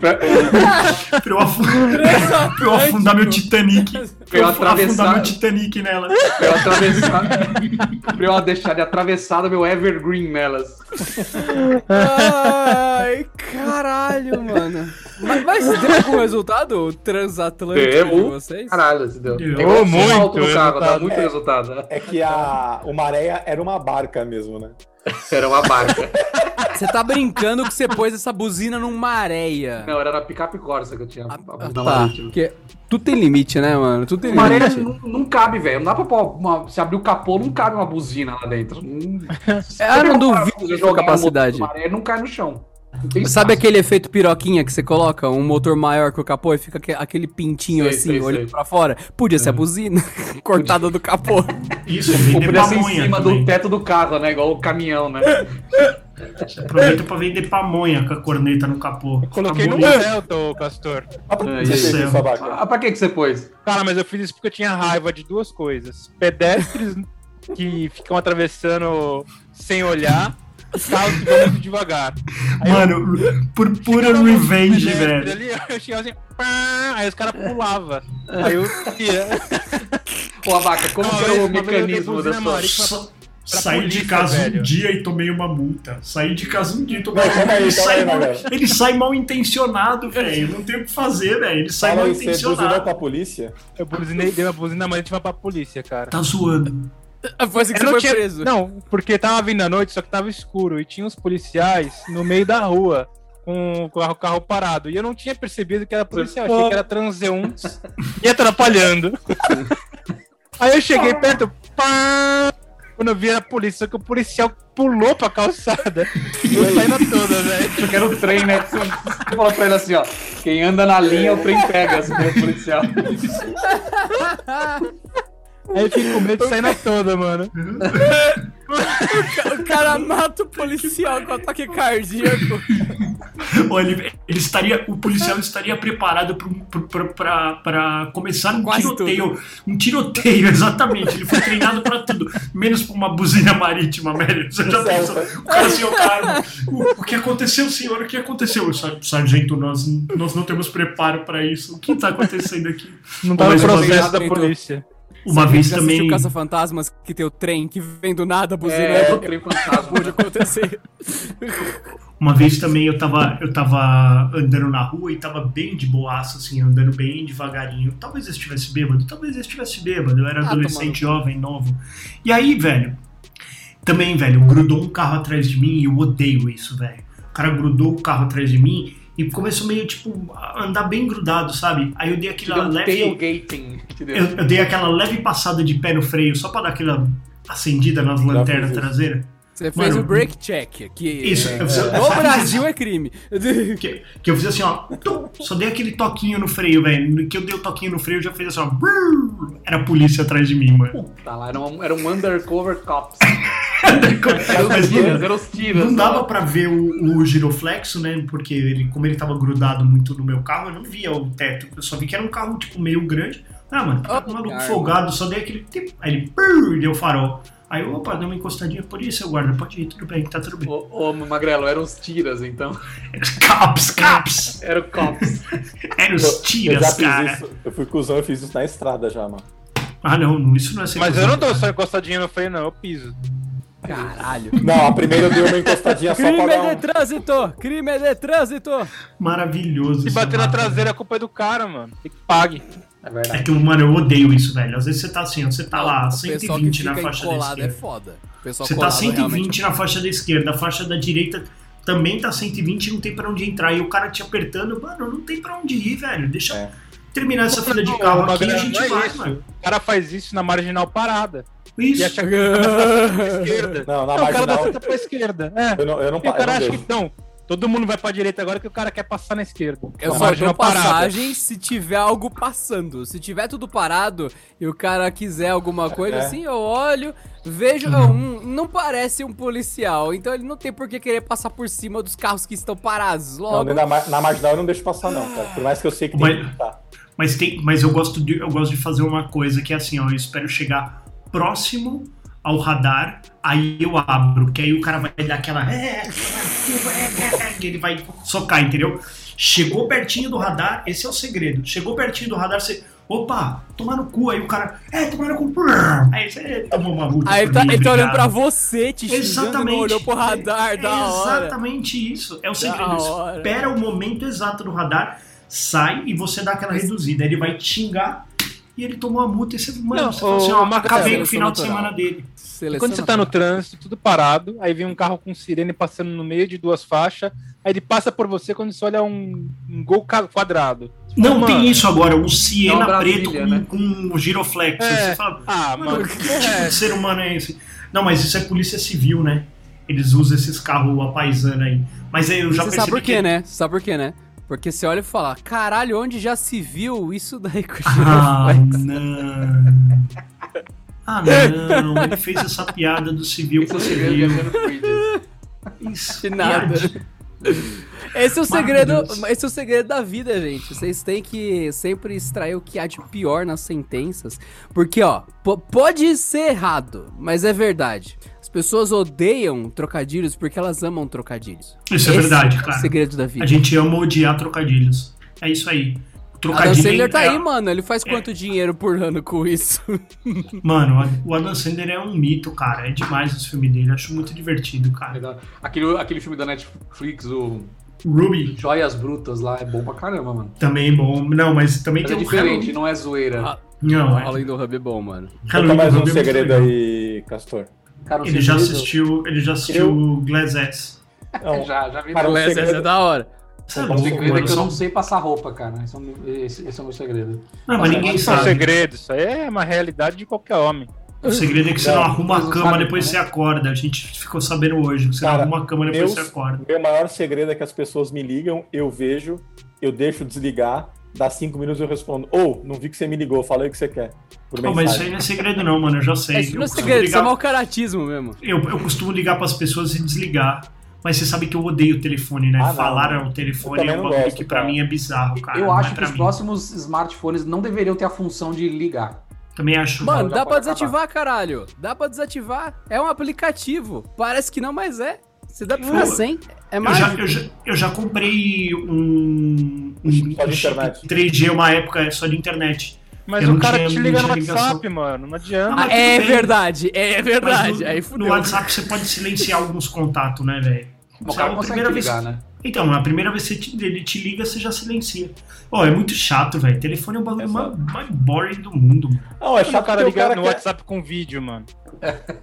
Speaker 4: Pra-
Speaker 5: Pra eu, afu- pra eu afundar meu Titanic. Pra eu afu- afundar
Speaker 4: atravessar-
Speaker 5: meu Titanic nela.
Speaker 4: Pra eu atravessar. pra eu deixar de atravessar o meu evergreen nelas.
Speaker 3: Ai, caralho, mano. Mas, mas deu algum resultado o transatlântico de
Speaker 4: Deu.
Speaker 3: vocês?
Speaker 4: Caralho, se deu.
Speaker 5: Deu.
Speaker 4: Tem que
Speaker 2: Ô,
Speaker 4: ser alto
Speaker 2: muito
Speaker 4: no carro, dá né?
Speaker 2: resultado.
Speaker 4: muito resultado.
Speaker 1: É que a, o Maréia era uma barca mesmo, né?
Speaker 4: Era uma barca.
Speaker 3: Você tá brincando que você pôs essa buzina numa areia.
Speaker 4: Não, É. era a picape Corsa que eu tinha. A,
Speaker 3: Ah, tá, porque tudo tem limite, né, mano? Tudo tem
Speaker 4: Uma areia
Speaker 3: limite.
Speaker 4: não, não cabe, velho. Não dá pra pôr uma- se abrir o capô, não cabe uma buzina lá dentro. Não, Se
Speaker 3: Ah, não
Speaker 4: você pegar um
Speaker 3: duvido
Speaker 4: parafuso
Speaker 3: da sua
Speaker 4: e jogar um
Speaker 3: capacidade.
Speaker 4: motor numa areia, não cai no chão. Não tem
Speaker 3: Sabe
Speaker 4: espaço.
Speaker 3: aquele efeito piroquinha que você coloca? Um motor maior que o capô e fica aque- aquele pintinho
Speaker 4: Sei,
Speaker 3: assim,
Speaker 4: sei,
Speaker 3: olhando
Speaker 4: sei.
Speaker 3: pra fora? Podia ser a buzina cortada do capô.
Speaker 5: Isso,
Speaker 4: Ou
Speaker 5: vender
Speaker 4: podia ser em
Speaker 5: pamonha.
Speaker 4: cima
Speaker 5: também.
Speaker 4: do teto do carro, né? Igual o caminhão, né?
Speaker 5: Aproveita pra vender pamonha com a corneta no capô.
Speaker 2: Coloquei no
Speaker 5: Pamonha.
Speaker 2: Celta, Castor.
Speaker 1: Ah, pra
Speaker 4: É,
Speaker 1: que você
Speaker 5: isso
Speaker 1: fez
Speaker 5: é-
Speaker 1: isso, Abaca?
Speaker 4: Ah, pra que que você pôs?
Speaker 2: Cara, mas eu fiz isso porque eu tinha raiva de duas coisas. Pedestres que ficam atravessando sem olhar, carros que vão muito devagar.
Speaker 5: Mano, por pura
Speaker 2: Chegava um
Speaker 5: É revenge,
Speaker 2: pedestre
Speaker 5: velho.
Speaker 2: Ali, eu chegava assim, pá, aí os caras pulavam. Aí eu ia.
Speaker 4: Ô, Abaca, como
Speaker 3: Ah,
Speaker 2: Uma
Speaker 4: que era
Speaker 2: vez-
Speaker 4: o
Speaker 2: uma vez eu
Speaker 4: mecanismo
Speaker 2: dei
Speaker 4: da
Speaker 2: buzina
Speaker 4: sua...
Speaker 2: amarela.
Speaker 5: Sa-
Speaker 2: pra
Speaker 5: Saí de
Speaker 2: polícia,
Speaker 5: casa um
Speaker 2: velho.
Speaker 5: dia e tomei uma multa. Saí de casa um dia e tomei
Speaker 1: Não,
Speaker 5: uma
Speaker 1: calma
Speaker 5: multa.
Speaker 1: aí,
Speaker 5: Ele
Speaker 1: calma
Speaker 5: sai
Speaker 1: aí,
Speaker 5: mal,
Speaker 1: Magrelo.
Speaker 5: ele sai mal intencionado, velho. Não tem o que fazer, velho. Ele sai
Speaker 1: Fala
Speaker 5: mal
Speaker 1: aí, você tá- buzinou
Speaker 5: intencionado.
Speaker 1: pra polícia?
Speaker 2: Eu buzinei, dei uma buzina marítima pra polícia, cara.
Speaker 5: Tá zoando.
Speaker 3: Foi assim que
Speaker 2: Eu
Speaker 3: você
Speaker 2: não
Speaker 3: foi
Speaker 2: tinha-
Speaker 3: preso.
Speaker 2: Não, porque tava vindo à noite, só que tava escuro e tinha uns policiais no meio da rua com o carro, carro parado. E eu não tinha percebido que era policial, achei que era transeuntes e atrapalhando. Aí eu cheguei perto, pá! Quando eu vi era a polícia, só que o policial pulou pra calçada e eu saí na toda, velho.
Speaker 4: Que era o trem, né? Você falou pra ele assim, ó. Quem anda na linha, o trem pega, assim, né, o policial.
Speaker 2: Aí eu fiquei com medo de sair na toda, mano.
Speaker 3: O cara mata o policial com ataque cardíaco.
Speaker 5: Olha, ele, ele estaria, o policial estaria preparado pra um- pra- pra- pra pra começar um
Speaker 3: Quase
Speaker 5: tiroteio. Um tiroteio, exatamente. Ele foi treinado pra tudo, menos pra uma buzina marítima, velho. Você já pensou? O cara assim, o cara. O, o que aconteceu, senhor? O que aconteceu? Sar- Sargento, nós, nós não temos preparo pra isso. O que tá acontecendo aqui?
Speaker 2: Não tava
Speaker 5: Mas
Speaker 2: no
Speaker 5: uma
Speaker 2: processo
Speaker 3: vez-
Speaker 2: da polícia.
Speaker 5: Uma vez
Speaker 3: Já assistiu
Speaker 5: também.
Speaker 3: Caça-Fantasmas, que tem o trem que vem do nada, a buzina
Speaker 4: É,
Speaker 3: é,
Speaker 4: o trem fantasma.
Speaker 3: pode acontecer.
Speaker 5: Uma vez também eu tava, eu tava andando na rua e tava bem de boaça, assim, andando bem devagarinho. Talvez eu estivesse bêbado, talvez eu estivesse bêbado. Eu era
Speaker 3: Ah,
Speaker 5: adolescente, jovem, novo. E aí, velho, também, velho, grudou um carro atrás de mim e eu odeio isso, velho. O cara grudou o carro atrás de mim e começou meio, tipo, a andar bem grudado, sabe? Aí eu dei
Speaker 4: Te
Speaker 5: aquela
Speaker 4: deu um
Speaker 5: leve.
Speaker 4: tailgating. Te deu.
Speaker 5: Eu, eu dei aquela leve passada de pé no freio só pra dar aquela acendida nas lanternas
Speaker 1: fiz isso.
Speaker 5: traseiras.
Speaker 3: Você fez
Speaker 5: Mano.
Speaker 3: o break check, que
Speaker 5: Isso,
Speaker 3: é,
Speaker 5: eu fiz- eu
Speaker 3: no
Speaker 5: fiz-
Speaker 3: Brasil é crime.
Speaker 5: Que, que eu fiz assim, ó. tum, só dei aquele toquinho no freio, velho. No que eu dei o toquinho no freio, eu já fez assim, ó. brrr, Era a polícia atrás de mim, mano.
Speaker 4: Tá lá, era um, era um undercover cops. Eram os
Speaker 5: Mas,
Speaker 4: tiras,
Speaker 5: mano,
Speaker 4: eram os tiras. né?
Speaker 5: não
Speaker 4: ó.
Speaker 5: dava pra ver o, o giroflexo, né? Porque ele, como ele tava grudado muito no meu carro, eu não via o teto. Eu só vi que era um carro, tipo, meio grande. Ah, mano, tá
Speaker 1: Oh,
Speaker 5: um maluco
Speaker 3: cara.
Speaker 5: folgado, só dei aquele. tip, Aí ele brrr, deu farol. Aí, opa, deu uma encostadinha, por isso, eu guarda, pode ir, tudo bem, tá tudo
Speaker 1: Oh.
Speaker 5: bem.
Speaker 4: Ô, ô, Magrelo, eram os tiras, então.
Speaker 5: Caps, caps!
Speaker 4: Era o cops.
Speaker 5: Eram os
Speaker 1: Eu já
Speaker 5: tiras,
Speaker 1: fiz
Speaker 5: cara.
Speaker 1: isso. Eu fui cuzão, eu fiz isso na estrada já, mano.
Speaker 5: Ah, não, isso não é ser
Speaker 2: Mas eu
Speaker 5: cuzão,
Speaker 2: não dou
Speaker 5: cara.
Speaker 2: só encostadinha no freio, não, eu piso.
Speaker 3: Caralho.
Speaker 1: Não, a primeira eu dei uma encostadinha só pra
Speaker 3: Crime
Speaker 1: dar
Speaker 3: de
Speaker 1: um...
Speaker 3: trânsito! Crime de trânsito!
Speaker 5: Maravilhoso.
Speaker 2: Se
Speaker 5: esse
Speaker 2: bater na
Speaker 5: mapa.
Speaker 2: traseira, a culpa é do cara, mano. Tem que pague.
Speaker 4: É
Speaker 5: É
Speaker 4: verdade.
Speaker 5: que, mano, eu odeio isso, velho. Às vezes você tá assim, ó, você tá
Speaker 3: O
Speaker 5: lá,
Speaker 3: pessoal que
Speaker 5: 120 na
Speaker 3: fica
Speaker 5: faixa da
Speaker 3: colado é
Speaker 5: esquerda.
Speaker 3: foda. O pessoal
Speaker 5: Você tá
Speaker 3: colado
Speaker 5: 120
Speaker 3: realmente-
Speaker 5: na faixa da esquerda, a faixa da direita também tá 120 e não tem pra onde entrar. E o cara te apertando, mano, não tem pra onde ir, velho. Deixa
Speaker 1: É.
Speaker 5: terminar essa fila de
Speaker 2: Não,
Speaker 5: carro
Speaker 2: mas
Speaker 5: aqui e a
Speaker 2: não
Speaker 5: gente
Speaker 2: é
Speaker 5: vai,
Speaker 2: isso.
Speaker 5: mano.
Speaker 2: O cara faz isso na marginal parada. E
Speaker 5: Isso.
Speaker 2: acha que o cara tá pra esquerda.
Speaker 1: Não, na
Speaker 2: Não, o cara dá
Speaker 1: marginal...
Speaker 2: seta pra esquerda. É.
Speaker 1: Eu não, eu não,
Speaker 2: E o
Speaker 1: eu não
Speaker 2: cara acha
Speaker 1: deixo.
Speaker 2: que não. Todo mundo vai pra direita agora que o cara quer passar na esquerda.
Speaker 3: Eu
Speaker 2: Na
Speaker 3: só
Speaker 2: marginal
Speaker 3: dou passagem se tiver algo passando. Se tiver tudo parado e o cara quiser alguma coisa,
Speaker 1: É.
Speaker 3: assim, eu olho, vejo. ah, um- não parece um policial, então ele não tem por que querer passar por cima dos carros que estão parados.
Speaker 1: Não,
Speaker 3: Logo,
Speaker 1: nem na, mar- na marginal eu não deixo passar, não, cara. Por mais que eu sei que tem
Speaker 5: Mas-
Speaker 1: que evitar.
Speaker 5: Mas, tem, mas eu, gosto de, eu gosto de fazer uma coisa que é assim, ó, eu espero chegar próximo ao radar, aí eu abro, que aí o cara vai dar aquela. "É, que Ele vai socar, entendeu? Chegou pertinho do radar, esse é o segredo. Chegou pertinho do radar, você. Opa, tomar no cu, aí o cara. É, tomar no cu. Aí você "É, tomou uma multa.
Speaker 3: Aí ele
Speaker 5: por
Speaker 3: tá,
Speaker 5: mim,
Speaker 3: ele tá olhando pra
Speaker 5: obrigado."
Speaker 3: você, te xingando, e não olhou pro radar,
Speaker 5: É
Speaker 3: da hora.
Speaker 5: Exatamente isso. É o segredo.
Speaker 3: Da hora.
Speaker 5: Espera o momento exato do radar, sai e você dá aquela reduzida. Ele vai te xingar e ele tomou a multa. E você, mano,
Speaker 2: Não,
Speaker 5: você fala assim,
Speaker 2: o
Speaker 5: ó,
Speaker 2: Macaco
Speaker 5: acabei com
Speaker 3: Seleção
Speaker 5: o final de
Speaker 3: natural.
Speaker 5: semana dele.
Speaker 3: Seleção
Speaker 2: Quando você tá no
Speaker 3: natural.
Speaker 2: trânsito, tudo parado, aí vem um carro com sirene passando no meio de duas faixas, aí ele passa por você quando você olha um, um gol ca- quadrado. Você fala,
Speaker 5: Não,
Speaker 2: "Mano,
Speaker 5: tem isso agora,
Speaker 4: É
Speaker 5: um
Speaker 4: uma
Speaker 5: Siena
Speaker 4: Brasília,
Speaker 5: preto com,
Speaker 4: né?
Speaker 5: com giroflex.
Speaker 2: É.
Speaker 5: Você fala,
Speaker 2: Ah,
Speaker 5: mano,
Speaker 2: mano,
Speaker 5: que
Speaker 2: que
Speaker 5: tipo
Speaker 2: é
Speaker 5: de ser humano é esse? Não, mas isso é polícia civil, né? Eles usam esses carros a paisana aí. Mas aí eu já
Speaker 3: Você
Speaker 5: percebi
Speaker 3: sabe por quê,
Speaker 5: que... é
Speaker 3: né? Você sabe por quê, né? Porque você olha e fala, caralho, onde já se viu isso daí com o
Speaker 5: Ah,
Speaker 3: giroflex?"
Speaker 5: não. Ah, não. Ele fez essa piada do civil com o
Speaker 4: é
Speaker 5: civil. Isso, é
Speaker 3: De nada.
Speaker 5: piada.
Speaker 3: Esse é o segredo,
Speaker 5: Maravilhoso.
Speaker 3: esse é o segredo da vida, gente. Vocês têm que sempre extrair o que há de pior nas sentenças, porque ó, po- pode ser errado, mas é verdade. As pessoas odeiam trocadilhos porque elas amam trocadilhos.
Speaker 5: Isso
Speaker 3: Esse
Speaker 5: é verdade,
Speaker 3: o
Speaker 5: cara.
Speaker 3: segredo da vida.
Speaker 5: A gente ama odiar trocadilhos. É isso aí.
Speaker 3: Adam
Speaker 5: Trocadilho.
Speaker 3: Sandler tá
Speaker 5: é-
Speaker 3: aí, mano. Ele faz quanto dinheiro por ano com isso?
Speaker 5: Mano, o Adam Sandler é um mito, cara. É demais os filmes dele. Acho muito divertido, cara.
Speaker 4: Aquele, aquele filme da Netflix, o
Speaker 5: Ruby
Speaker 4: Joias Brutas lá, é bom pra caramba, mano.
Speaker 5: também é bom. Não, mas também
Speaker 4: Mas é
Speaker 5: tem o
Speaker 4: diferente,
Speaker 5: Halloween.
Speaker 4: não é zoeira.
Speaker 5: Não, é.
Speaker 3: Além do Hub é bom, mano.
Speaker 1: Conta mais um
Speaker 5: Ruby é muito
Speaker 1: segredo
Speaker 5: legal.
Speaker 1: aí, Castor.
Speaker 4: Cara, o
Speaker 5: Ele já
Speaker 4: segredo-
Speaker 5: assistiu, ele já assistiu
Speaker 1: Eu-
Speaker 5: Glass Ass.
Speaker 2: É,
Speaker 1: Não,
Speaker 4: É, Já, já vi.
Speaker 1: Cara,
Speaker 4: o
Speaker 1: o
Speaker 3: Essa é
Speaker 1: segredo-
Speaker 3: da hora.
Speaker 5: Você é
Speaker 1: O
Speaker 5: louco,
Speaker 4: segredo é
Speaker 5: mano.
Speaker 4: que eu
Speaker 5: Só-
Speaker 4: não sei passar roupa, cara. Esse é o meu, esse- esse é o meu segredo.
Speaker 5: Não, mas ninguém
Speaker 2: Isso é um
Speaker 5: sabe.
Speaker 2: segredo, isso aí é uma realidade de qualquer homem.
Speaker 5: O segredo é que você não
Speaker 1: Não,
Speaker 5: arruma
Speaker 4: não
Speaker 5: a cama
Speaker 4: sabe,
Speaker 5: depois
Speaker 4: né?
Speaker 5: você acorda. A gente ficou sabendo hoje que você não
Speaker 1: Cara,
Speaker 5: arruma a cama depois
Speaker 1: meus-
Speaker 5: você acorda.
Speaker 1: Meu maior segredo é que as pessoas me ligam, eu vejo, eu deixo desligar, dá cinco minutos eu respondo. Ou, não vi que você me ligou, falei o que você quer. Por
Speaker 5: Não, mas isso
Speaker 1: mensagem.
Speaker 5: aí não é segredo não, mano. Eu já sei.
Speaker 3: Esse
Speaker 5: eu,
Speaker 3: não é
Speaker 5: costumo
Speaker 3: segredo, isso é
Speaker 5: ligar,
Speaker 3: mau caratismo mesmo.
Speaker 5: eu, eu costumo ligar pras pessoas e desligar. Mas você sabe que eu odeio o telefone, né?
Speaker 1: Ah, não,
Speaker 5: Falar
Speaker 1: mano.
Speaker 5: ao
Speaker 1: Eu
Speaker 5: telefone é
Speaker 1: também
Speaker 5: um
Speaker 1: não
Speaker 5: bagulho
Speaker 1: gosto,
Speaker 5: que pra
Speaker 1: cara.
Speaker 5: mim é bizarro, cara.
Speaker 4: eu
Speaker 5: não é
Speaker 4: acho que
Speaker 5: pra
Speaker 4: os
Speaker 5: mim.
Speaker 4: próximos smartphones não deveriam ter a função de ligar.
Speaker 5: Também acho.
Speaker 3: Mano,
Speaker 4: já
Speaker 3: dá
Speaker 4: pode
Speaker 3: pra
Speaker 4: acabar.
Speaker 3: desativar, caralho. Dá pra desativar. É um aplicativo. Parece que não, mas é. Você dá pra
Speaker 5: Eu-
Speaker 3: ficar sem. É
Speaker 5: Eu já,
Speaker 3: mágico.
Speaker 5: eu, já, eu já comprei um, um,
Speaker 1: Só de
Speaker 5: um chip
Speaker 1: internet.
Speaker 5: 3G uma época é só de internet.
Speaker 2: Mas
Speaker 5: Eu
Speaker 2: o
Speaker 5: não
Speaker 2: cara
Speaker 5: tinha-
Speaker 2: te
Speaker 5: não
Speaker 2: liga no
Speaker 5: tinha ligação.
Speaker 2: WhatsApp, mano, não adianta.
Speaker 5: Ah,
Speaker 3: Ah,
Speaker 5: mas
Speaker 3: é
Speaker 5: tudo bem.
Speaker 3: verdade, é
Speaker 5: Mas
Speaker 3: verdade.
Speaker 5: no,
Speaker 3: Aí
Speaker 5: no
Speaker 3: fudeu.
Speaker 5: WhatsApp você pode silenciar alguns contatos, né, velho?
Speaker 4: O
Speaker 5: Isso
Speaker 4: cara
Speaker 5: é a
Speaker 4: consegue
Speaker 5: primeira
Speaker 4: te
Speaker 5: vez-
Speaker 4: ligar, né?
Speaker 5: Então, na primeira vez que você te- ele te liga, você já silencia. Ó, é muito chato, velho. Telefone é o bagulho
Speaker 1: É
Speaker 5: mais,
Speaker 1: só-
Speaker 5: mais boring do mundo, mano.
Speaker 1: Não, é chato
Speaker 2: o cara
Speaker 1: porque o
Speaker 2: ligar
Speaker 1: cara
Speaker 2: no
Speaker 1: quer-
Speaker 2: WhatsApp com vídeo, mano.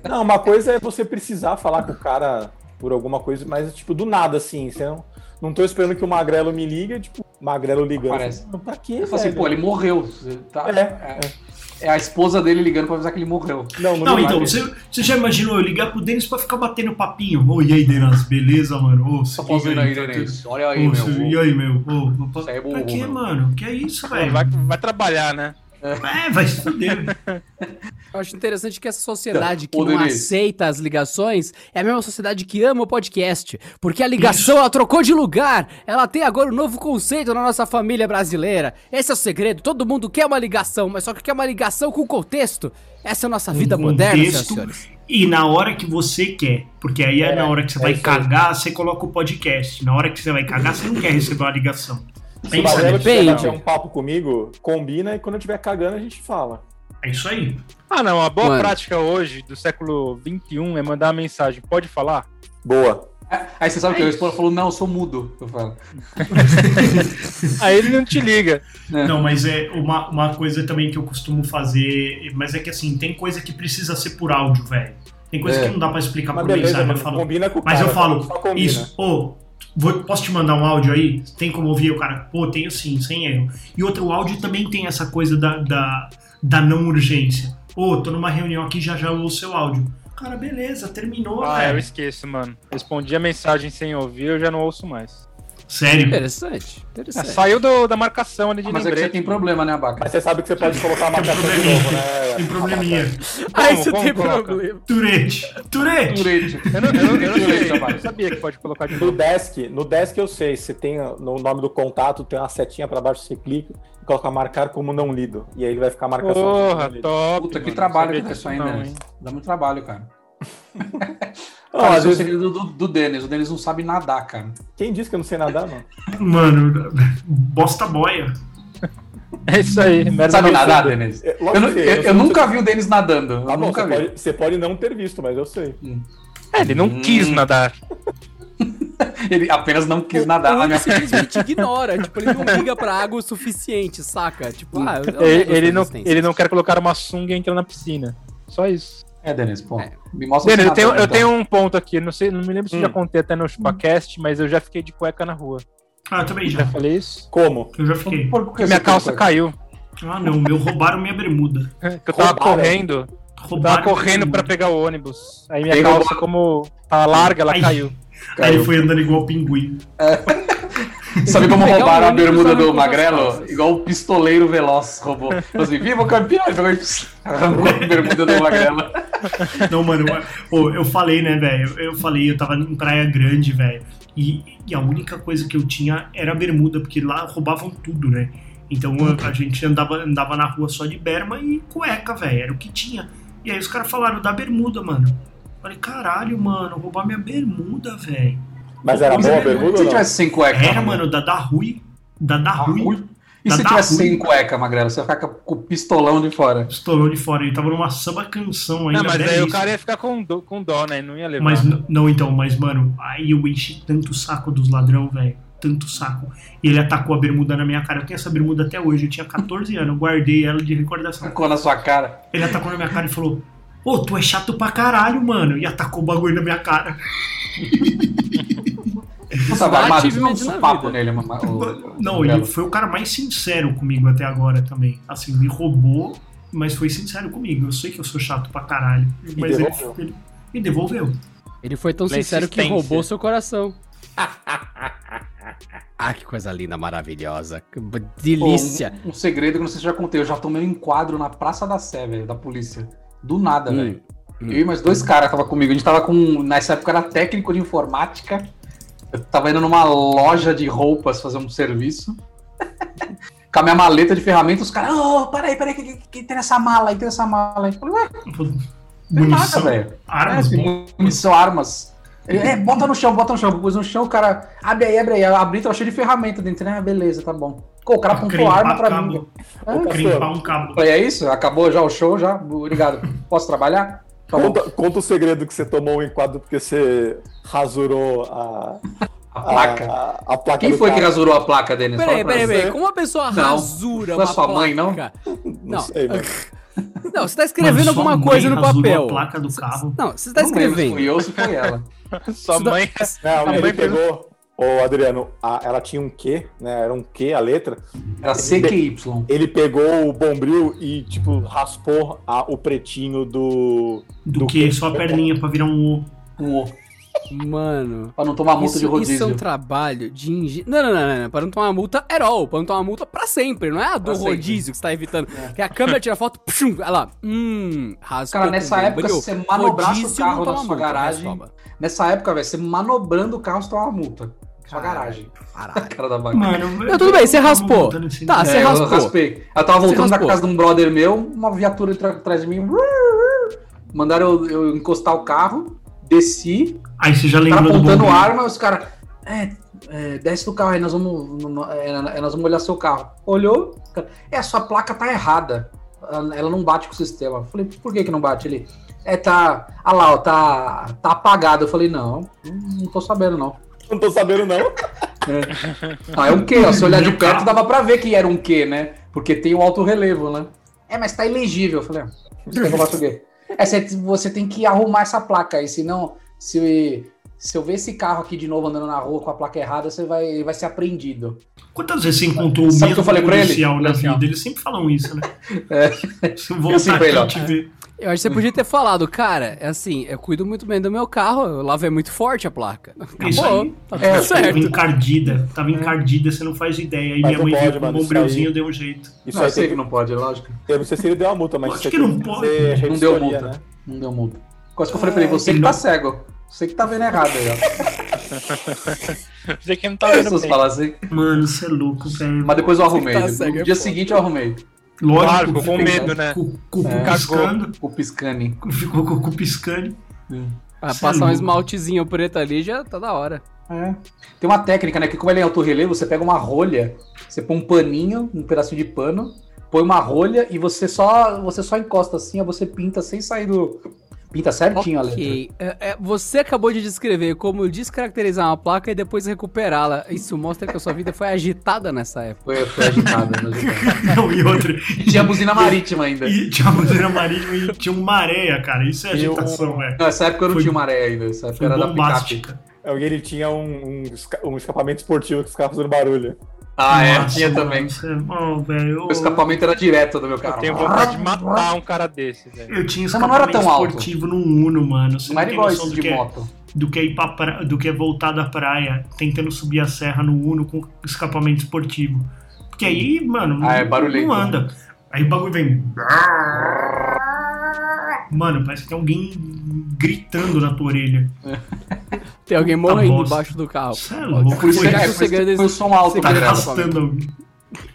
Speaker 1: Não, uma coisa é você precisar falar com o cara por alguma coisa, mas tipo, do nada, assim. Você não, não tô esperando que o Magrelo me ligue, tipo, Magrelo ligando.
Speaker 4: Aparece.
Speaker 1: Não, Pra quê,
Speaker 4: Eu falo
Speaker 5: É,
Speaker 4: assim,
Speaker 1: velho?
Speaker 4: pô,
Speaker 5: né?"
Speaker 4: ele morreu. Você tá-
Speaker 1: É,
Speaker 4: é, é a esposa dele ligando pra avisar que ele morreu.
Speaker 1: Não, não,
Speaker 5: Não,
Speaker 1: liga.
Speaker 5: então, você, você já imaginou eu ligar pro Denis pra ficar batendo papinho? Ô, e aí, Denis? Beleza, mano? Ô, se
Speaker 4: Só posso ir
Speaker 5: liga
Speaker 4: aí,
Speaker 5: tá
Speaker 4: Denise.
Speaker 5: tudo-
Speaker 4: Olha aí,
Speaker 5: Ô, se- E
Speaker 4: meu.
Speaker 5: aí, meu? Ô, não
Speaker 4: Isso
Speaker 5: posso...
Speaker 4: aí é burro,
Speaker 5: pra quê,
Speaker 4: meu.
Speaker 5: mano? Que é isso, velho?
Speaker 2: Vai, vai trabalhar, né?
Speaker 5: É, vai se fuder.
Speaker 3: Eu acho interessante que essa sociedade que
Speaker 4: Ô,
Speaker 3: não
Speaker 4: Denise.
Speaker 3: aceita as ligações é a mesma sociedade que ama o podcast. Porque a ligação, ela trocou de lugar. Ela tem agora um novo conceito na nossa família brasileira. Esse é o segredo. Todo mundo quer uma ligação, mas só que quer uma ligação com contexto. Essa é a nossa vida
Speaker 5: Um
Speaker 3: moderna, senhoras e
Speaker 5: contexto.
Speaker 3: senhores.
Speaker 5: E na hora que você quer. Porque aí é,
Speaker 1: É,
Speaker 5: na hora que você
Speaker 1: é
Speaker 5: vai
Speaker 1: isso aí.
Speaker 5: cagar, você coloca o podcast. Na hora que você vai cagar, você não quer receber uma ligação.
Speaker 1: Se o
Speaker 5: Pensa
Speaker 1: Magrelo
Speaker 5: nisso.
Speaker 1: tiver
Speaker 3: Depende.
Speaker 1: tiver um papo comigo, combina e quando eu estiver cagando a gente fala.
Speaker 5: É isso aí.
Speaker 2: Ah, não, a boa
Speaker 3: Mano.
Speaker 2: prática hoje do século XXI é mandar uma mensagem. Pode falar?
Speaker 1: Boa.
Speaker 4: É, Aí você sabe o que? O esposa falou, não, eu sou mudo. Eu falo.
Speaker 2: Aí ele não te liga.
Speaker 5: Não, mas é uma, uma coisa também que eu costumo fazer. Mas é que assim, tem coisa que precisa ser por áudio, velho. Tem coisa
Speaker 4: É.
Speaker 5: que não dá pra explicar
Speaker 1: Mas
Speaker 5: por
Speaker 1: beleza,
Speaker 5: mensagem. Eu
Speaker 1: mano,
Speaker 5: falo,
Speaker 1: combina com o
Speaker 5: mas
Speaker 1: cara.
Speaker 5: eu falo,
Speaker 1: só combina.
Speaker 5: isso, ô, vou- posso te mandar um áudio aí? Tem como ouvir o cara? Pô, tenho sim, sem erro. E outro, o áudio também tem essa coisa da, da, da não urgência. Ô, tô numa reunião aqui, já já ouço seu áudio. Cara, beleza, terminou,
Speaker 2: Ah, eu
Speaker 5: velho.
Speaker 2: esqueço, mano. Respondi a mensagem sem ouvir, eu já não ouço mais.
Speaker 5: Sério.
Speaker 3: Interessante,
Speaker 2: Ah,
Speaker 3: interessante.
Speaker 2: saiu do- da marcação ali de
Speaker 4: Mas é que você
Speaker 2: lembrete.
Speaker 4: tem problema, né, Abaca?
Speaker 1: Mas você sabe que você pode colocar a marcação de
Speaker 5: probleminha.
Speaker 1: novo, né?
Speaker 5: Tem probleminha.
Speaker 3: Ah,
Speaker 2: Como?
Speaker 3: isso
Speaker 2: Como
Speaker 3: tem
Speaker 2: coloca?
Speaker 3: problema.
Speaker 5: Turete. Turete.
Speaker 4: Direito. é
Speaker 2: Eu não, eu não- eu não
Speaker 4: Direito,
Speaker 2: sei,
Speaker 4: Abaca.
Speaker 2: eu sabia que pode colocar de
Speaker 1: No
Speaker 2: novo.
Speaker 1: desk, no desk eu sei, você tem no nome do contato, tem uma setinha pra baixo, você clica e coloca marcar como não lido. E aí ele vai ficar a marcação.
Speaker 2: Porra,
Speaker 1: como não lido.
Speaker 2: top.
Speaker 4: Puta, que
Speaker 2: mano.
Speaker 4: trabalho
Speaker 2: Sabia
Speaker 4: que dá isso
Speaker 2: disso
Speaker 4: ainda.
Speaker 2: não,
Speaker 4: né?
Speaker 2: hein?
Speaker 4: Dá muito trabalho, cara.
Speaker 1: Não,
Speaker 4: cara,
Speaker 1: às
Speaker 4: esse é o
Speaker 1: vezes,
Speaker 4: segredo do, do Denis. O Denis não sabe nadar, cara.
Speaker 1: quem disse que eu não sei nadar, mano?
Speaker 5: Mano, bosta boia.
Speaker 2: É isso aí. merda
Speaker 4: Sabe
Speaker 2: não
Speaker 4: nadar,
Speaker 2: sei.
Speaker 4: Denis?
Speaker 1: É, lógico
Speaker 4: Eu, não-
Speaker 1: que
Speaker 4: eu-
Speaker 1: sei,
Speaker 4: eu
Speaker 1: sei-
Speaker 4: nunca vi o Denis nadando. Eu
Speaker 1: Tá bom,
Speaker 4: nunca
Speaker 1: você,
Speaker 4: vi.
Speaker 1: pode, você pode não ter visto, mas eu sei.
Speaker 4: Hum.
Speaker 2: É, ele não quis nadar.
Speaker 4: Ele apenas não quis
Speaker 3: O
Speaker 4: nadar na
Speaker 3: Will
Speaker 4: minha
Speaker 3: simplesmente ignora, tipo, ele não liga pra água o suficiente, saca? Tipo, ah, eu- eu gosto
Speaker 2: Ele, ele
Speaker 3: da
Speaker 2: não,
Speaker 3: existência.
Speaker 2: ele não quer colocar uma sunga e entrar na piscina. Só isso.
Speaker 4: É, Denis, pô. Me mostra
Speaker 2: Denis, eu
Speaker 4: você
Speaker 2: tenho,
Speaker 4: nadando,
Speaker 2: eu
Speaker 4: então.
Speaker 2: tenho um ponto aqui. Não, sei, não me lembro se eu já
Speaker 1: Hum.
Speaker 2: contei até no Chupacast, mas eu já fiquei de cueca na rua.
Speaker 5: Ah, eu também já.
Speaker 2: Já falei isso?
Speaker 1: Como?
Speaker 5: Eu já fiquei.
Speaker 4: Por que é você
Speaker 2: Minha
Speaker 4: tem
Speaker 2: calça
Speaker 4: cueca?
Speaker 2: caiu.
Speaker 5: Ah, não, meu, roubaram minha bermuda.
Speaker 2: Eu tava
Speaker 4: Roubaram.
Speaker 2: correndo. Eu
Speaker 5: Roubaram.
Speaker 2: tava correndo
Speaker 5: minha
Speaker 2: pra
Speaker 5: bermuda.
Speaker 2: pegar o ônibus. Aí minha
Speaker 4: Quem
Speaker 2: calça,
Speaker 4: roubou?
Speaker 2: como tá larga, ela
Speaker 5: Ai.
Speaker 2: caiu.
Speaker 5: Aí
Speaker 4: Caiu.
Speaker 5: ele foi andando igual pinguim.
Speaker 4: Sabe como
Speaker 3: Pegar
Speaker 4: roubaram
Speaker 3: o
Speaker 4: a bermuda
Speaker 3: ônibus, sabe,
Speaker 4: do
Speaker 3: com as
Speaker 4: Magrelo?
Speaker 3: calças.
Speaker 4: Igual o pistoleiro veloz roubou. Falou assim, viva o campeão! E pegou e pss, arrancou a bermuda do Magrelo.
Speaker 5: Não, mano, eu- pô, eu falei, né, velho? Eu falei, eu tava em Praia Grande, velho. E, e a única coisa que eu tinha era a bermuda, porque lá roubavam tudo, né? Então a- a gente andava, andava na rua só de berma e cueca, velho. Era o que tinha. E aí os caras falaram da bermuda, mano. Eu Falei, caralho, mano, roubar minha bermuda, velho.
Speaker 1: Mas era
Speaker 4: Mas
Speaker 1: boa a
Speaker 4: é-
Speaker 1: bermuda
Speaker 4: Se
Speaker 1: ou não?
Speaker 4: tivesse sem cueca?
Speaker 5: Era, É, mano, da da Rui. Da da
Speaker 4: Ah,
Speaker 5: Rui.
Speaker 4: ui. E
Speaker 5: Tá
Speaker 4: se
Speaker 5: da
Speaker 4: tivesse
Speaker 5: ruim.
Speaker 4: sem cueca, Magrelo? Você ia ficar com o pistolão de fora.
Speaker 5: Estourou de fora. Ele tava numa samba canção
Speaker 2: Não,
Speaker 5: ainda.
Speaker 2: mas aí o
Speaker 5: belíssima.
Speaker 2: cara ia ficar com, dó- com dó, né? Não ia levar.
Speaker 5: é Mas n- não, então, mas mano, aí eu enchi tanto o saco dos ladrão, velho. Tanto saco. E ele atacou a bermuda na minha cara. Eu tenho essa bermuda até hoje, eu tinha 14 anos, eu guardei ela de recordação.
Speaker 4: Ficou na sua cara.
Speaker 5: Ele atacou na minha cara e falou: Ô, tu é chato pra caralho, mano. E atacou o bagulho na minha cara.
Speaker 4: Puta,
Speaker 3: dá
Speaker 4: vai matar
Speaker 3: achievement na
Speaker 4: um papo
Speaker 3: vida.
Speaker 4: nele, mano. o-
Speaker 5: Não,
Speaker 4: o
Speaker 5: ele
Speaker 4: Magrelo.
Speaker 5: foi o cara mais sincero comigo até agora também. Assim, me roubou, mas foi sincero comigo. Eu sei que eu sou chato pra caralho. Mas ele,
Speaker 1: devolveu.
Speaker 5: ele me devolveu.
Speaker 3: Ele foi tão
Speaker 2: Pela
Speaker 3: sincero que
Speaker 2: insistência.
Speaker 3: roubou seu coração. ah, que coisa linda, maravilhosa. Que b- delícia.
Speaker 4: Pô, um, um segredo que eu não sei se eu já contei. Eu já tomei um enquadro na Praça da Sé, velho, da polícia. Do nada,
Speaker 3: Hum,
Speaker 4: velho.
Speaker 3: hum.
Speaker 4: Eu e mais dois caras tava comigo. A gente tava com. Nessa época era técnico de informática. Eu tava indo numa loja de roupas fazer um serviço. com a minha maleta de ferramentas, os caras. Ô, peraí, peraí, que, que, que tem essa mala aí? Tem essa mala aí. Eu falei, ué, não
Speaker 5: Eu falei,
Speaker 4: tem nada,
Speaker 5: Munição,
Speaker 4: velho.
Speaker 5: armas,
Speaker 4: É,
Speaker 5: bom.
Speaker 4: munição, armas. Ele, é, bota no chão, bota no chão. Pôs no chão, o cara. Abre aí, abre aí. Eu Abri, tava cheio de ferramenta dentro, né? Ah, Beleza, tá bom. Pô, o cara apontou
Speaker 5: Crimpa,
Speaker 4: a arma pra
Speaker 5: cabo.
Speaker 4: mim.
Speaker 1: Ô,
Speaker 4: É.
Speaker 1: pastor,
Speaker 5: Crimpar um cabo.
Speaker 3: Tá
Speaker 4: Falei, é isso? Acabou já o show, já? Obrigado. Posso trabalhar? Tá bom.
Speaker 1: Conta, conta o segredo que você tomou o enquadro porque você rasurou a,
Speaker 4: A
Speaker 1: a,
Speaker 4: placa.
Speaker 1: a, a placa
Speaker 4: Quem
Speaker 1: do
Speaker 4: foi que
Speaker 1: carro.
Speaker 4: rasurou a placa, Denis?
Speaker 3: Peraí,
Speaker 4: Fala pra
Speaker 3: peraí,
Speaker 4: mim.
Speaker 3: peraí. Como uma pessoa
Speaker 4: Não.
Speaker 3: rasura uma
Speaker 4: Foi a sua mãe, não?
Speaker 1: Não
Speaker 3: Não.
Speaker 1: sei, mano.
Speaker 3: Não, você tá escrevendo
Speaker 5: Mano, sua
Speaker 3: alguma coisa
Speaker 5: mãe
Speaker 3: no
Speaker 5: rasurou
Speaker 3: papel.
Speaker 5: a placa do
Speaker 3: Cê-
Speaker 5: carro.
Speaker 3: Não, você tá
Speaker 4: Não lembro se
Speaker 3: escrevendo.
Speaker 4: Fui eu, se foi ela.
Speaker 2: Sua
Speaker 3: Isso dá-
Speaker 2: mãe.
Speaker 1: Não,
Speaker 2: A
Speaker 1: né, ele
Speaker 2: mãe fez-
Speaker 1: pegou. Ô, Adriano, a- ela tinha um Q, né? Era um Q a letra.
Speaker 4: Era CQY.
Speaker 1: Ele pegou o bombril e, tipo, raspou a- o pretinho do.
Speaker 5: do,
Speaker 1: Do
Speaker 5: que,
Speaker 1: que?
Speaker 5: só a perninha pra virar um O.
Speaker 4: Um O.
Speaker 3: Mano.
Speaker 4: Pra não tomar multa de
Speaker 3: Isso,
Speaker 4: rodízio.
Speaker 3: isso é um trabalho de engen... não, não, não, não, não, para não tomar uma multa at all, para não tomar uma multa pra sempre, não é a do
Speaker 4: Pra sempre. É.
Speaker 3: rodízio que você tá evitando. Que a câmera tira foto, pshum, olha lá, hum, raspou.
Speaker 4: Cara, nessa
Speaker 3: com
Speaker 4: época,
Speaker 3: brilho.
Speaker 4: você manobrasse o
Speaker 3: Rodízio não
Speaker 4: carro na
Speaker 3: toma
Speaker 4: sua
Speaker 3: multa, né,
Speaker 4: garagem.
Speaker 3: Restoba.
Speaker 4: Nessa época, velho, você manobrando o carro, você toma uma multa. Sua garagem.
Speaker 3: Caralho.
Speaker 4: Cara da vaca. É,
Speaker 5: Mano, eu-
Speaker 3: tudo bem, você
Speaker 5: eu-
Speaker 3: raspou.
Speaker 5: eu tô nesse-
Speaker 3: Tá, você
Speaker 4: eu
Speaker 3: raspou.
Speaker 4: raspei. Eu tava voltando da
Speaker 3: raspou.
Speaker 4: casa de um brother meu, uma viatura entrou atrás de mim. Mandaram eu, eu encostar o carro, desci,
Speaker 5: Aí você já
Speaker 4: O cara
Speaker 5: lembrou do
Speaker 4: Tá apontando
Speaker 5: bombril.
Speaker 4: arma, os caras. É, é, desce do carro aí, nós vamos, no- no- é, é, nós vamos olhar seu carro. Olhou, cara, é, a sua placa tá errada. Ela ela não bate com o sistema. Eu Falei, por que que não bate? Ele, é, tá, ah lá, ó, tá, tá apagado. Eu falei, não, não tô sabendo não.
Speaker 1: Não tô sabendo, não.
Speaker 4: Ah, é um quê? ó, Se olhar de
Speaker 5: Meu
Speaker 4: perto
Speaker 5: carro.
Speaker 4: dava pra ver que era um quê, né? Porque tem o alto relevo, né? É, mas tá elegível. Eu falei, ah, você quer que eu faça o quê? É, você, você tem que arrumar essa placa aí, senão, se, se eu ver esse carro aqui de novo andando na rua com a placa errada, você vai, ele vai ser apreendido.
Speaker 5: Quantas vezes você encontrou o
Speaker 4: Sabe o
Speaker 5: mesmo
Speaker 4: que eu falei pra ele?
Speaker 5: policial na
Speaker 4: Falei assim, ó.
Speaker 5: vida? Eles sempre falam isso, né? Se eu voltar
Speaker 4: assim pra ele, ó.
Speaker 5: aqui e te ver.
Speaker 3: Eu acho que você podia ter falado, cara, é assim, eu cuido muito bem do meu carro, eu lavei muito forte a placa. Acabou,
Speaker 5: Isso aí.
Speaker 3: tá tudo
Speaker 4: É,
Speaker 5: Tava
Speaker 3: certo.
Speaker 5: encardida. Tava encardida, você não faz ideia. E
Speaker 1: Mas
Speaker 5: minha
Speaker 1: não
Speaker 5: mãe
Speaker 1: pode,
Speaker 5: veio com um
Speaker 1: mano, isso
Speaker 5: bombrilzinho,
Speaker 1: aí.
Speaker 5: deu um jeito.
Speaker 1: Isso
Speaker 4: não, eu
Speaker 1: aí
Speaker 4: sei
Speaker 1: tem
Speaker 4: que não pode, é lógico.
Speaker 1: Eu não sei se ele deu a multa, mas
Speaker 5: Acho
Speaker 1: você
Speaker 5: que
Speaker 1: tem
Speaker 5: não
Speaker 1: que
Speaker 5: pode.
Speaker 1: fazer
Speaker 4: Não deu
Speaker 1: revistoria,
Speaker 4: multa.
Speaker 1: né?
Speaker 4: Não deu multa. Quase que eu falei pra ele, você
Speaker 5: ele
Speaker 4: que
Speaker 5: não-
Speaker 4: tá cego. Você que tá vendo errado aí, ó.
Speaker 2: Você que não tá
Speaker 4: As
Speaker 2: vendo
Speaker 4: pessoas
Speaker 2: bem.
Speaker 4: falam assim.
Speaker 5: Mano, você é louco, velho.
Speaker 4: Mas depois eu arrumei.
Speaker 3: tá cego,
Speaker 4: no
Speaker 3: é
Speaker 4: dia
Speaker 3: foda.
Speaker 4: seguinte eu arrumei.
Speaker 2: Claro,
Speaker 5: Lógico,
Speaker 2: ficou com medo, né?
Speaker 5: com o cu
Speaker 4: É.
Speaker 5: piscando.
Speaker 4: O piscane.
Speaker 5: Ficou com o cu piscando.
Speaker 3: Ah, passar um esmaltezinho preto ali já tá da hora.
Speaker 4: É. Tem uma técnica, né? Que como ele é alto relevo, você pega uma rolha, você põe um paninho, um pedacinho de pano, põe uma rolha e você só você só encosta assim, aí você pinta sem sair do, Pinta certinho a letra.
Speaker 3: Ok. É, é, você acabou de descrever como descaracterizar uma placa e depois recuperá-la. Isso mostra que a sua vida foi agitada nessa época.
Speaker 4: Foi, foi agitada. né, mas eu-
Speaker 5: Não, e outra.
Speaker 4: Tinha buzina marítima ainda.
Speaker 5: E tinha a bandeira marítima e tinha uma areia, cara. Isso é
Speaker 1: Eu-
Speaker 5: agitação, é.
Speaker 4: Não, essa época eu não
Speaker 5: Foi-
Speaker 4: tinha uma areia ainda. Essa época
Speaker 5: Foi
Speaker 4: era da picape.
Speaker 5: bombástica.
Speaker 1: Alguém ele tinha um, um, esca- um escapamento esportivo que ficava fazendo barulho.
Speaker 4: Ah, é,
Speaker 5: Nossa,
Speaker 4: tinha também.
Speaker 5: isso é bom, velho.
Speaker 4: O escapamento era direto do meu carro.
Speaker 2: Eu tenho vontade de matar um cara desse, velho.
Speaker 5: Eu tinha
Speaker 4: Não, mas não era
Speaker 5: escapamento
Speaker 4: tão alto.
Speaker 5: esportivo no Uno, mano. Você
Speaker 4: Não
Speaker 5: não
Speaker 4: era
Speaker 5: tem
Speaker 4: igual
Speaker 5: noção
Speaker 4: esse
Speaker 5: do que,
Speaker 4: de
Speaker 5: é,
Speaker 4: moto.
Speaker 5: do que é ir pra pra- do que é voltar da praia tentando subir a serra no Uno com escapamento esportivo. Porque aí, mano,
Speaker 4: Ah, é
Speaker 5: não-
Speaker 4: barulhento.
Speaker 5: não anda. Aí o bagulho vem. Mano, parece que tem alguém gritando na tua orelha.
Speaker 3: Tem alguém
Speaker 5: Puta
Speaker 3: morrendo
Speaker 5: bosta.
Speaker 3: embaixo do carro.
Speaker 5: Isso Tá é louco.
Speaker 4: Por isso
Speaker 5: Foi
Speaker 4: que
Speaker 3: Será
Speaker 4: é, por
Speaker 3: que o
Speaker 4: isso
Speaker 3: segredo
Speaker 4: que põe o som alto.
Speaker 3: Você
Speaker 4: pra
Speaker 5: Tá
Speaker 3: tá
Speaker 4: gravar.
Speaker 5: arrastando alguém.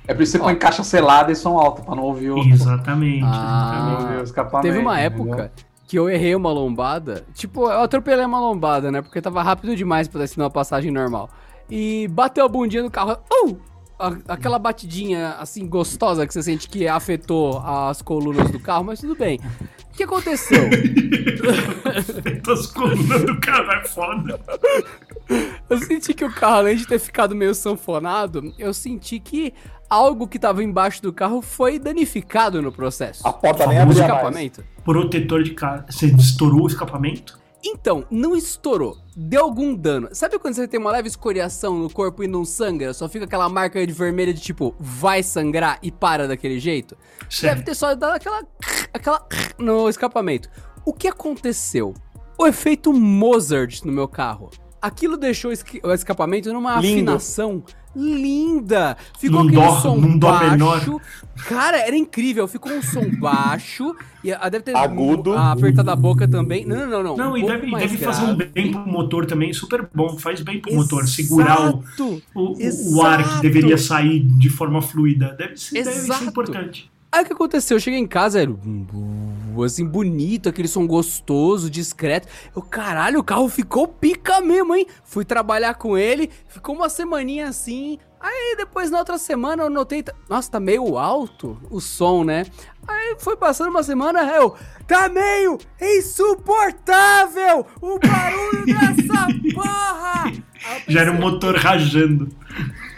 Speaker 4: É por isso que você põe caixa selada e som alto, pra não ouvir o,
Speaker 5: Exatamente,
Speaker 3: Ah.
Speaker 4: não ouvir o escapamento.
Speaker 3: Teve uma
Speaker 4: entendeu?
Speaker 3: época que eu errei uma lombada. Tipo, eu atropelei uma lombada, né? Porque tava rápido demais pra assinar uma passagem normal. E bateu a bundinha do carro. Uh! A- Aquela batidinha, assim, gostosa que você sente que afetou as colunas do carro, mas tudo bem. O que aconteceu?
Speaker 5: exatamente. As colunas do carro é foda.
Speaker 3: Eu senti que o carro, além de ter ficado meio sanfonado, eu senti que algo que tava embaixo do carro foi danificado no processo.
Speaker 1: A porta nem
Speaker 3: O
Speaker 1: abria mais.
Speaker 3: escapamento.
Speaker 5: Protetor de carro. Você estourou o escapamento?
Speaker 3: Então, não estourou. Deu algum dano. Sabe quando você tem uma leve escoriação no corpo e não sangra? Só fica aquela marca de vermelha de tipo, vai sangrar e para daquele jeito? Deve
Speaker 5: Sério.
Speaker 3: ter só dado aquela. aquela. no escapamento. O que aconteceu? O efeito Mozart no meu carro. Aquilo deixou o esqui- o escapamento numa
Speaker 1: Lindo.
Speaker 3: afinação linda. Ficou
Speaker 5: Num
Speaker 3: aquele
Speaker 5: dó-
Speaker 3: som
Speaker 5: num dó
Speaker 3: baixo.
Speaker 5: menor.
Speaker 3: Cara, era incrível. Ficou um som baixo. E a- deve ter
Speaker 1: Agudo.
Speaker 3: a- apertado a boca também. Não, não, não. Não,
Speaker 5: Não,
Speaker 3: um
Speaker 5: e
Speaker 3: pouco
Speaker 5: deve, e
Speaker 3: mais
Speaker 5: deve fazer um
Speaker 3: grave.
Speaker 5: bem pro motor também, super bom. Faz bem pro motor. Segurar o,
Speaker 3: Exato.
Speaker 5: o, o ar que
Speaker 3: Exato.
Speaker 5: deveria sair de forma fluida. Deve ser, deve ser
Speaker 3: Exato.
Speaker 5: importante.
Speaker 3: Aí o que aconteceu? Eu cheguei em casa, era um bu- assim, bonito, aquele som gostoso, discreto. Eu, caralho, o carro ficou pica mesmo, hein? Fui trabalhar com ele, ficou uma semaninha assim. Aí depois na outra semana eu notei, tá- nossa, tá meio alto o som, né? Aí foi passando uma semana, eu, tá meio insuportável o barulho dessa porra! Aí eu
Speaker 5: Já era o
Speaker 3: pensei,
Speaker 5: motor rajando.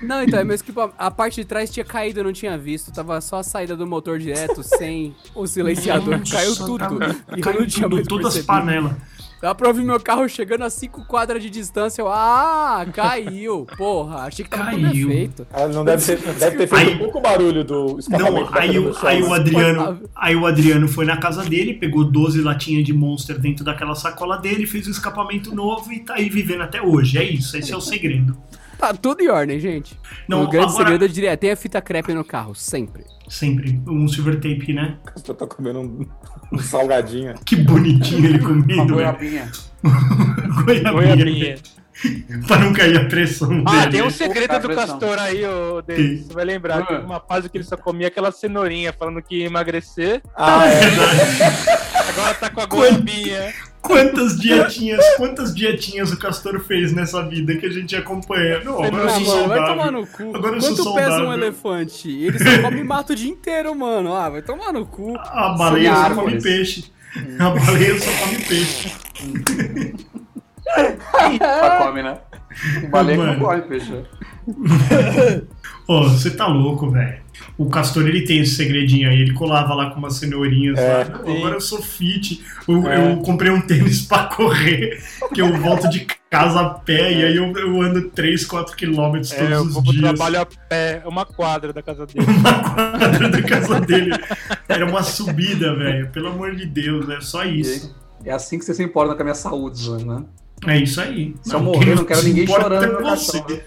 Speaker 3: não, então, é meu esquipa- a parte de trás tinha caído, eu não tinha visto. Tava só a saída do motor direto, sem o silenciador. Caiu
Speaker 5: Nossa,
Speaker 3: tudo.
Speaker 5: cara,
Speaker 3: E eu
Speaker 5: Caiu
Speaker 3: não tinha
Speaker 5: tudo,
Speaker 3: mais
Speaker 5: todas as
Speaker 3: percebido.
Speaker 5: panelas.
Speaker 3: Dá pra ouvir meu carro chegando a 5 quadras de distância. Eu, ah, caiu. Porra, achei que tava tudo
Speaker 5: Caiu.
Speaker 3: perfeito.
Speaker 1: Ela Ah, não deve ter, deve ter feito
Speaker 5: Aí-
Speaker 1: pouco barulho do escapamento.
Speaker 5: Não,
Speaker 1: da
Speaker 5: aí,
Speaker 1: câmera
Speaker 5: o-
Speaker 1: do chão,
Speaker 5: aí o
Speaker 1: né?
Speaker 5: Adriano, aí o Adriano foi na casa dele, pegou 12 latinhas de Monster dentro daquela sacola dele, fez um escapamento novo e tá aí vivendo até hoje. É isso, esse é o segredo.
Speaker 3: Tá tudo em ordem, gente.
Speaker 5: Não,
Speaker 3: o grande
Speaker 5: agora-
Speaker 3: segredo, é- eu diria, tem a fita crepe no carro, sempre.
Speaker 5: Sempre um silver tape, né?
Speaker 1: Eu tô comendo um, um salgadinho.
Speaker 5: Que bonitinho ele
Speaker 4: Uma
Speaker 5: comendo, velho.
Speaker 4: goiabinha.
Speaker 5: Goiabinha.
Speaker 2: Goiabinha.
Speaker 5: pra não cair a pressão
Speaker 2: Ah, tem
Speaker 5: dele.
Speaker 2: um segredo do
Speaker 4: Pressão.
Speaker 2: Castor aí, ô Denis. Você vai lembrar,
Speaker 4: Ah.
Speaker 2: teve uma fase que ele só comia aquela cenourinha falando que ia emagrecer.
Speaker 1: Ah,
Speaker 5: Tá.
Speaker 1: é.
Speaker 2: Agora tá com a goiabinha.
Speaker 5: Quantas dietinhas, quantas dietinhas o Castor fez nessa vida que a gente acompanha? Não, agora eu
Speaker 3: Ah,
Speaker 5: sou
Speaker 3: mano, vai tomar
Speaker 5: saudável.
Speaker 3: no cu.
Speaker 5: Agora eu sou
Speaker 3: Quanto pesa um
Speaker 5: saudável.
Speaker 3: elefante? Ele só come mato o dia inteiro, mano. Ah, vai tomar no cu.
Speaker 5: A baleia
Speaker 4: Sem
Speaker 5: só
Speaker 4: árvores.
Speaker 5: come peixe.
Speaker 3: Hum.
Speaker 5: A baleia só come peixe.
Speaker 4: Pra come, né? O baleia que não
Speaker 5: Mano.
Speaker 4: corre, peixe.
Speaker 5: Ô, você tá louco, velho. O Castor, ele tem esse segredinho aí. Ele colava lá com umas cenourinhas.
Speaker 1: É,
Speaker 5: lá. Não,
Speaker 1: sim.
Speaker 5: agora eu sou fit. Eu,
Speaker 1: É.
Speaker 5: eu comprei um tênis pra correr, que eu volto de casa a pé e aí eu, eu ando 3, 4 quilômetros
Speaker 2: É,
Speaker 5: todos
Speaker 2: eu vou
Speaker 5: os
Speaker 2: pro
Speaker 5: dias.
Speaker 2: trabalho a pé, é uma quadra da casa dele.
Speaker 5: Na quadra da casa dele. Era uma subida, velho. Pelo amor de Deus, é só isso.
Speaker 4: É assim que você se importa com a minha saúde, né?
Speaker 5: É isso aí.
Speaker 4: Só morrer, não
Speaker 5: quem
Speaker 4: quero
Speaker 5: se
Speaker 4: ninguém
Speaker 5: importa
Speaker 4: chorando
Speaker 5: é
Speaker 4: no meu
Speaker 5: você.
Speaker 4: caixão, né?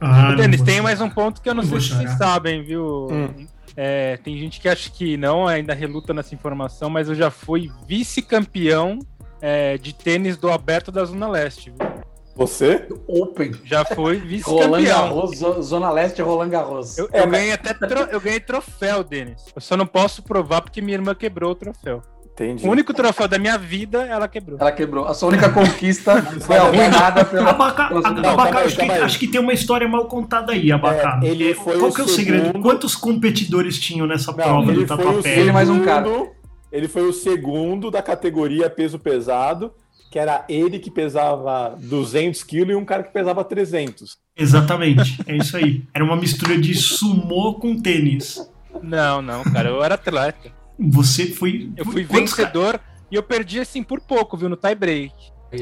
Speaker 5: Ah, não
Speaker 2: Denis,
Speaker 5: vou
Speaker 2: tem
Speaker 5: chorar.
Speaker 2: mais um ponto que eu não
Speaker 5: Não
Speaker 2: sei
Speaker 5: vou
Speaker 2: se vocês
Speaker 5: chorar.
Speaker 2: sabem, viu?
Speaker 1: Hum.
Speaker 2: É, tem gente que acha que não, ainda reluta nessa informação, mas eu já fui vice-campeão é, de tênis do Aberto da Zona Leste. viu?
Speaker 1: Você?
Speaker 4: Open.
Speaker 2: Já fui
Speaker 4: Roland
Speaker 2: vice-campeão.
Speaker 4: Garros, Zo- Zona Leste Roland Garros.
Speaker 2: Eu,
Speaker 1: É,
Speaker 2: eu
Speaker 1: mas-
Speaker 2: ganhei até tro- eu ganhei troféu, Denis. Eu só não posso provar porque minha irmã quebrou o troféu.
Speaker 1: Entendi.
Speaker 2: O único troféu da minha vida, ela quebrou.
Speaker 4: Ela quebrou. A sua única conquista foi arruinada pela.
Speaker 5: Abacá,
Speaker 4: Não,
Speaker 5: Abacá,
Speaker 1: calma aí,
Speaker 5: acho, que,
Speaker 1: calma aí.
Speaker 5: acho que tem uma história mal contada aí, Abacá.
Speaker 1: um É, ele foi
Speaker 5: Qual
Speaker 1: o
Speaker 5: que é o segredo?
Speaker 1: segundo-
Speaker 5: Quantos competidores tinham nessa
Speaker 1: Não,
Speaker 5: prova do
Speaker 1: ele foi o
Speaker 5: Tatuapé?
Speaker 4: Ele mais um cara.
Speaker 1: segundo Ele foi o segundo da categoria peso pesado, que era ele que pesava 200 quilos e um cara que pesava 300.
Speaker 5: Exatamente, é isso aí. Era uma mistura de sumô com tênis.
Speaker 2: Não, não, cara, eu era atleta.
Speaker 5: Você foi.
Speaker 2: Eu fui
Speaker 5: Quantos ca-
Speaker 2: vencedor e eu perdi assim por pouco, viu, no tie break.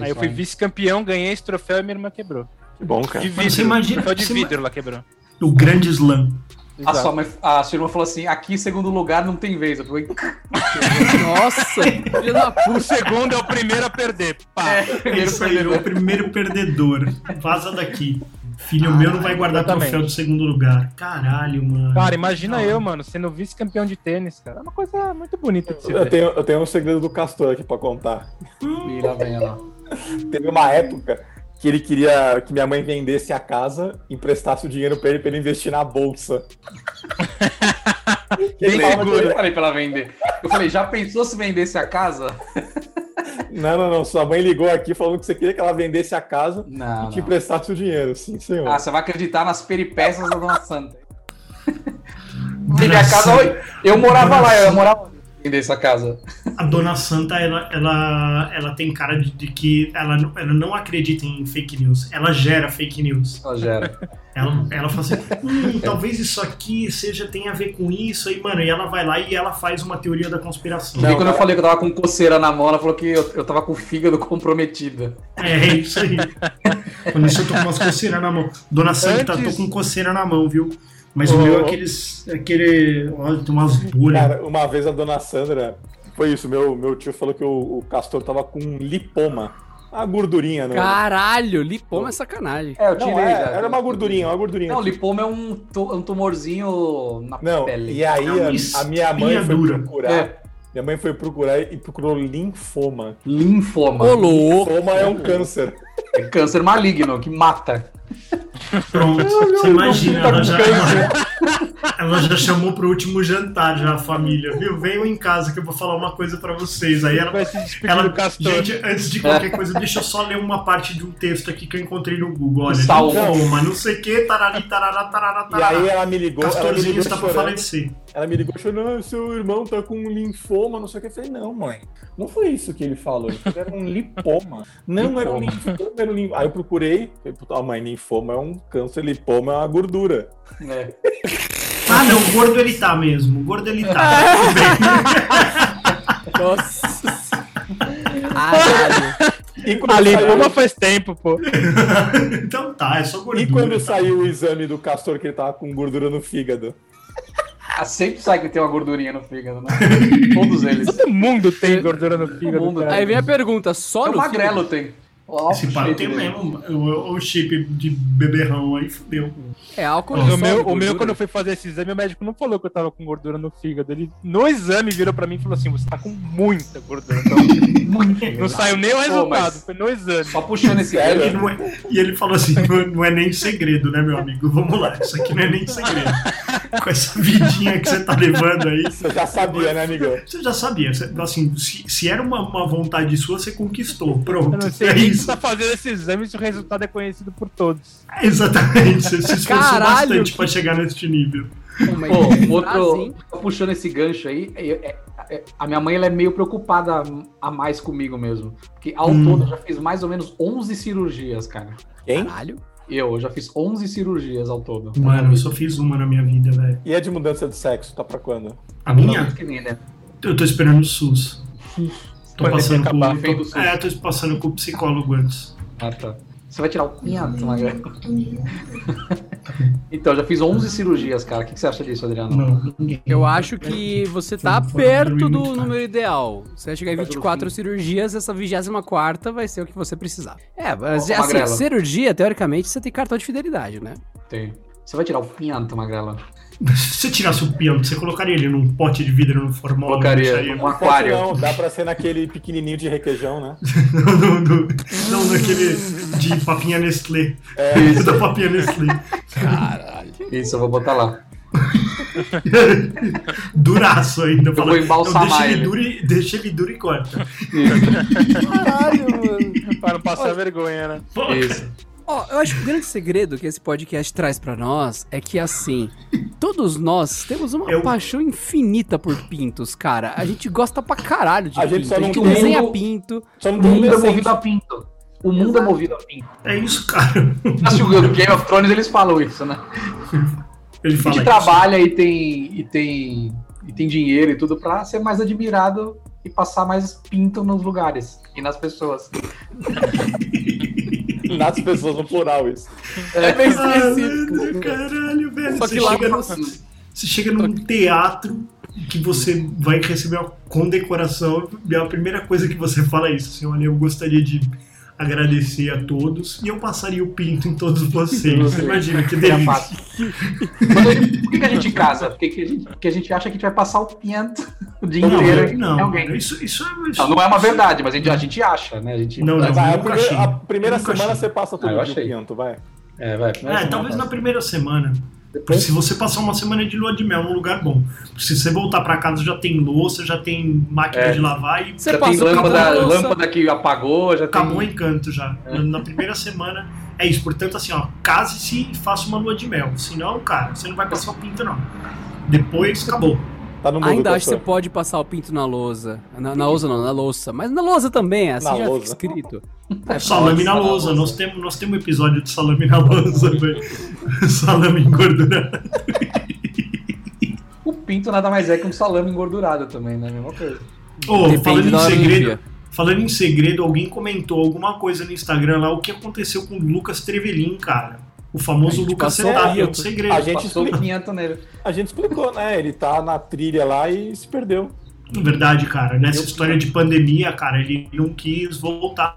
Speaker 2: Aí eu fui vice-campeão, ganhei esse troféu e minha irmã quebrou.
Speaker 1: Que bom, cara.
Speaker 2: De vidro.
Speaker 5: imagina-
Speaker 2: troféu de
Speaker 5: você
Speaker 2: vidro ela quebrou.
Speaker 5: O grande slam.
Speaker 4: A
Speaker 2: Exato.
Speaker 4: sua, mãe, a sua irmã falou assim: aqui, segundo lugar, não tem vez. Eu falei,
Speaker 3: Nossa, filho da
Speaker 2: O
Speaker 3: puta.
Speaker 2: segundo é o primeiro a perder. Pá.
Speaker 5: É
Speaker 4: primeiro
Speaker 5: isso aí, o
Speaker 4: perdedor.
Speaker 5: primeiro perdedor. Vaza daqui. Filho meu não vai guardar
Speaker 2: exatamente.
Speaker 5: troféu do segundo lugar. Caralho, mano.
Speaker 2: Cara, imagina
Speaker 5: Não.
Speaker 2: eu, mano, sendo vice-campeão de tênis, cara. É uma coisa muito bonita de se
Speaker 1: Eu
Speaker 2: ver.
Speaker 1: tenho, eu tenho um segredo do Castor aqui pra contar.
Speaker 4: Ih, lá vem ela.
Speaker 1: Teve uma época que ele queria que minha mãe vendesse a casa, emprestasse o dinheiro pra ele, pra ele investir na bolsa. ele
Speaker 4: Bem
Speaker 1: falava que
Speaker 4: seguro. Eu
Speaker 1: ele-
Speaker 4: falei pra ela vender. Eu falei, já pensou se vendesse a casa?
Speaker 1: não, não, não. Sua mãe ligou aqui falando que você queria que ela vendesse a casa
Speaker 4: Ah, Não.
Speaker 1: e te emprestasse o dinheiro. Sim, senhor.
Speaker 4: Ah, você vai acreditar nas peripécias da Dona Santa.
Speaker 5: Dona
Speaker 4: Teve a casa.
Speaker 5: Santa-
Speaker 4: Eu morava lá, eu
Speaker 5: Nossa.
Speaker 4: morava onde vender essa casa.
Speaker 5: A Dona Santa, ela, ela, ela tem cara de, de que ela, não- ela não acredita em fake news. Ela gera fake news.
Speaker 4: Ela gera.
Speaker 1: Uhum.
Speaker 5: Ela, ela fala assim,
Speaker 1: É.
Speaker 5: hum, talvez isso aqui seja tenha a ver com isso. E, mano, e ela vai lá e ela faz uma teoria da conspiração.
Speaker 4: E
Speaker 1: é.
Speaker 4: quando eu falei que eu tava com coceira na mão, ela falou que eu, eu tava com o fígado comprometido.
Speaker 5: É isso aí. Quando isso eu tô com umas coceiras na mão. Dona Santa,
Speaker 2: Antes-
Speaker 5: tô com coceira na mão, viu? Mas
Speaker 1: Ô,
Speaker 5: o meu é
Speaker 1: ô.
Speaker 5: aqueles. Aquele. Olha, tem umas bolhas.
Speaker 1: Cara, uma vez a dona Sandra. Foi isso, meu, meu tio falou que o, o Castor tava com lipoma. Uma gordurinha, né?
Speaker 3: Caralho, lipoma é sacanagem.
Speaker 4: É, eu
Speaker 1: Não, é, era uma gordurinha, uma gordurinha.
Speaker 4: Não, lipoma é um, tu- é um tumorzinho na
Speaker 1: Não,
Speaker 4: pele.
Speaker 1: e aí
Speaker 5: É uma
Speaker 1: a, a minha mãe
Speaker 5: espinha
Speaker 1: foi
Speaker 5: dura.
Speaker 1: procurar.
Speaker 4: um É.
Speaker 1: Minha mãe foi procurar e procurou linfoma.
Speaker 4: Linfoma.
Speaker 3: Ô, louco.
Speaker 1: Linfoma é um câncer.
Speaker 4: É câncer maligno que mata.
Speaker 5: Pronto. Você imagina, ela já. Ela já chamou pro último jantar, já a família, viu? Venham em casa que eu vou falar uma coisa pra vocês. Aí ela.
Speaker 2: Vai se despedir
Speaker 5: ela
Speaker 2: do Castor.
Speaker 5: gente, antes de qualquer coisa, deixa eu só ler uma parte de um texto aqui que eu encontrei no Google. Olha,
Speaker 4: Salmo.
Speaker 5: linfoma, não sei o que, tarari, tarará, tarará,
Speaker 1: E
Speaker 5: tarará.
Speaker 1: aí ela me ligou, ela me
Speaker 5: Castorzinho
Speaker 1: ligou
Speaker 5: está pra
Speaker 1: chorando.
Speaker 5: falecer.
Speaker 1: Ela me ligou chorando, "Ah, seu irmão tá com linfoma, não sei o que. Eu falei, não, mãe. Não foi isso que ele falou. Ele falou que era um lipoma. Não, era um linfoma, era um linfoma. Aí eu procurei. Falei, puta, mãe, linfoma é um câncer, lipoma é uma gordura.
Speaker 4: né?
Speaker 5: Ah, não, o gordo ele tá mesmo. O gordo ele tá. Tudo bem.
Speaker 3: Nossa. Caralho.
Speaker 1: E quando,
Speaker 2: A lipoma
Speaker 1: saiu,
Speaker 2: faz tempo, pô.
Speaker 5: então tá, é só gordura.
Speaker 1: e quando
Speaker 5: tá?
Speaker 1: saiu o exame do castor que ele tava com gordura no fígado?
Speaker 4: Ah, sempre sai que tem uma gordurinha no fígado, né? Todos eles.
Speaker 2: Todo mundo tem gordura no fígado,
Speaker 4: mundo
Speaker 2: cara.
Speaker 3: Aí vem a pergunta, só
Speaker 4: É o
Speaker 3: no fígado?
Speaker 4: magrelo tem. Ó,
Speaker 5: Esse
Speaker 4: o
Speaker 5: paro
Speaker 4: shape
Speaker 5: tem
Speaker 4: dele.
Speaker 5: mesmo o, o shape de beberrão aí, fudeu.
Speaker 3: É álcool
Speaker 2: Mas
Speaker 3: só
Speaker 2: O meu, o meu,
Speaker 3: gordura.
Speaker 2: quando eu fui fazer esse exame, o médico não falou que eu tava com gordura no fígado. Ele, no exame, virou pra mim e falou assim: você tá com muita gordura. Então, não saiu nem o resultado,
Speaker 4: mas-
Speaker 2: foi no exame.
Speaker 4: Só puxando esse
Speaker 1: Sério?
Speaker 5: E,
Speaker 4: velho.
Speaker 5: não é- e ele falou assim: não, não é nem segredo, né, meu amigo? Vamos lá, isso aqui não é nem segredo. Com essa vidinha que você tá levando aí.
Speaker 1: Você já sabia, né, amigão?
Speaker 5: Você já sabia, você- assim, se, se era uma, uma vontade sua, você conquistou. Pronto.
Speaker 2: Eu não sei
Speaker 5: é
Speaker 2: quem
Speaker 5: isso.
Speaker 2: está fazendo esse exame se o resultado é conhecido por todos.
Speaker 5: Exatamente. Você se esforçou
Speaker 3: Caralho,
Speaker 5: bastante
Speaker 3: que-
Speaker 5: pra chegar neste nível.
Speaker 3: Pô, mas
Speaker 4: Pô,
Speaker 3: que frase,
Speaker 4: outro,
Speaker 3: hein?
Speaker 4: só puxando esse gancho aí, é- é- é- a minha mãe ela é meio preocupada a mais comigo mesmo. Porque ao
Speaker 5: Hum.
Speaker 4: todo eu já fiz mais ou menos 11 cirurgias, cara.
Speaker 1: Hein?
Speaker 3: Caralho.
Speaker 4: Eu, eu já fiz 11 cirurgias ao todo.
Speaker 5: Mano, eu só fiz uma na minha vida, velho.
Speaker 1: E a de mudança de sexo, tá pra quando?
Speaker 5: A minha?
Speaker 4: Que nem, né?
Speaker 5: Eu tô esperando o SUS. Tô
Speaker 2: Quando
Speaker 5: passando
Speaker 2: ele acabar.
Speaker 5: com, tô, é, tô passando com o psicólogo antes.
Speaker 4: Ah, tá. Você vai tirar o pinhato, magrelo. então, eu já fiz 11 cirurgias, cara. O que, que você acha disso, Adriano?
Speaker 5: Não, ninguém.
Speaker 3: Eu acho que você tá
Speaker 5: Foi- foi
Speaker 3: perto
Speaker 5: diminuindo
Speaker 3: do
Speaker 5: muito, cara.
Speaker 3: número ideal. Você é vai chegar em
Speaker 4: Tá Perto do
Speaker 3: 24
Speaker 4: fim.
Speaker 3: cirurgias, essa 24 vai ser o que você precisar. É, mas,
Speaker 4: Ô,
Speaker 3: assim,
Speaker 4: Magrela.
Speaker 3: cirurgia, teoricamente, você tem cartão de fidelidade, né?
Speaker 4: Tem. Você vai tirar o pinhato, magrela?
Speaker 5: Se você tirasse o piano, você colocaria ele num pote de vidro no formal?
Speaker 4: Colocaria um aquário.
Speaker 1: Então, Não, dá pra ser naquele pequenininho de requeijão, né?
Speaker 5: Não, não, não, não naquele de papinha Nestlé. É. Da papinha Nestlé.
Speaker 4: Isso, eu vou botar lá.
Speaker 5: Duraço ainda.
Speaker 4: Eu vou embalsamar
Speaker 5: não, deixa ele.
Speaker 4: ele.
Speaker 5: Duro e, deixa ele duro e corta.
Speaker 4: Isso.
Speaker 2: Pra não passar vergonha, né?
Speaker 5: Pô,
Speaker 4: Isso.
Speaker 3: Ó, eu acho que o grande segredo que esse podcast traz pra nós é que, assim, todos nós temos uma
Speaker 5: Eu-
Speaker 3: paixão infinita por pintos, cara. A gente gosta pra caralho de
Speaker 1: A
Speaker 3: pinto.
Speaker 1: gente só
Speaker 3: a
Speaker 1: não
Speaker 3: gente
Speaker 1: tem
Speaker 3: desenha
Speaker 4: o-
Speaker 3: pinto.
Speaker 1: Só não
Speaker 4: O
Speaker 1: tem um
Speaker 4: mundo é
Speaker 1: decente.
Speaker 4: movido a pinto. O mundo é movido a pinto.
Speaker 5: É isso, cara.
Speaker 4: Mas o Game of Thrones eles falam isso, né?
Speaker 5: Ele
Speaker 4: A
Speaker 5: fala
Speaker 4: gente
Speaker 5: isso.
Speaker 4: trabalha e tem, e tem e tem dinheiro e tudo pra ser mais admirado e passar mais pinto nos lugares e nas pessoas.
Speaker 1: Nas pessoas, no plural, isso.
Speaker 4: É bem
Speaker 3: Ah,
Speaker 5: Malandro, caralho, velho.
Speaker 4: Só
Speaker 5: Você
Speaker 4: que lá
Speaker 5: chega,
Speaker 4: não-
Speaker 5: no- você chega num teatro que você vai receber uma condecoração e a primeira coisa que você fala é isso, assim, olha, eu gostaria de agradecer a todos e eu passaria o pinto em todos vocês.
Speaker 4: Você.
Speaker 5: Imagina, que
Speaker 4: Era
Speaker 5: delícia.
Speaker 4: É fácil. Mas aí, por que, que a gente casa? Porque que a gente, porque a gente acha que a gente vai passar o pinto o dia inteiro em
Speaker 5: Não,
Speaker 4: é alguém.
Speaker 5: não, isso, isso é...
Speaker 4: Não, não é uma verdade, mas a gente, a gente acha, né? A gente,
Speaker 5: Não, não.
Speaker 1: Mas, vai, a
Speaker 5: nunca
Speaker 1: primeira,
Speaker 5: achei.
Speaker 1: a primeira
Speaker 5: Nunca
Speaker 1: semana
Speaker 5: achei.
Speaker 1: você passa tudo
Speaker 4: Ah, eu
Speaker 1: de
Speaker 4: achei.
Speaker 1: pinto, vai.
Speaker 4: É, vai.
Speaker 5: É, talvez na primeira semana. Se você passar uma semana de lua de mel num lugar bom. Se você voltar pra casa, já tem louça, já tem máquina
Speaker 4: É.
Speaker 5: de lavar e
Speaker 3: Você
Speaker 4: Já tem
Speaker 3: passa o
Speaker 4: lâmpada,
Speaker 3: cabelo,
Speaker 4: lâmpada que apagou, já
Speaker 5: acabou o
Speaker 4: tem...
Speaker 5: encanto já. Na primeira semana é isso. Portanto, assim, ó, case-se e faça uma lua de mel. Senão, cara, você não vai passar o pinto, não. Depois acabou.
Speaker 1: Tá
Speaker 5: Ah,
Speaker 1: no mundo,
Speaker 3: Ainda acho que você
Speaker 1: doutor.
Speaker 3: pode passar o pinto na lousa. Na, na lousa não, na louça. Mas na lousa também, assim
Speaker 1: Na
Speaker 3: já
Speaker 1: lousa.
Speaker 3: fica escrito.
Speaker 5: salame na lousa. Nós temos, nós temos um episódio de salame na lousa, velho. salame engordurado.
Speaker 4: O pinto nada mais é que um salame engordurado também, né? Mesma coisa.
Speaker 5: Ô,
Speaker 3: Depende
Speaker 5: falando
Speaker 3: da
Speaker 5: em
Speaker 3: hora do
Speaker 5: segredo,
Speaker 3: dia.
Speaker 5: Falando em segredo, alguém comentou alguma coisa no Instagram lá, o que aconteceu com o Lucas Trevelin, cara. O
Speaker 3: A
Speaker 5: famoso
Speaker 3: gente
Speaker 5: Lucas
Speaker 3: passou
Speaker 5: Setup, é um
Speaker 1: perto.
Speaker 5: segredo.
Speaker 1: A gente
Speaker 4: Passou
Speaker 1: explica.
Speaker 4: o pinto nele.
Speaker 1: A gente explicou, né? Ele tá na trilha lá e se perdeu.
Speaker 5: Na verdade, cara, nessa
Speaker 4: Eu-
Speaker 5: história de pandemia, cara, ele não quis voltar.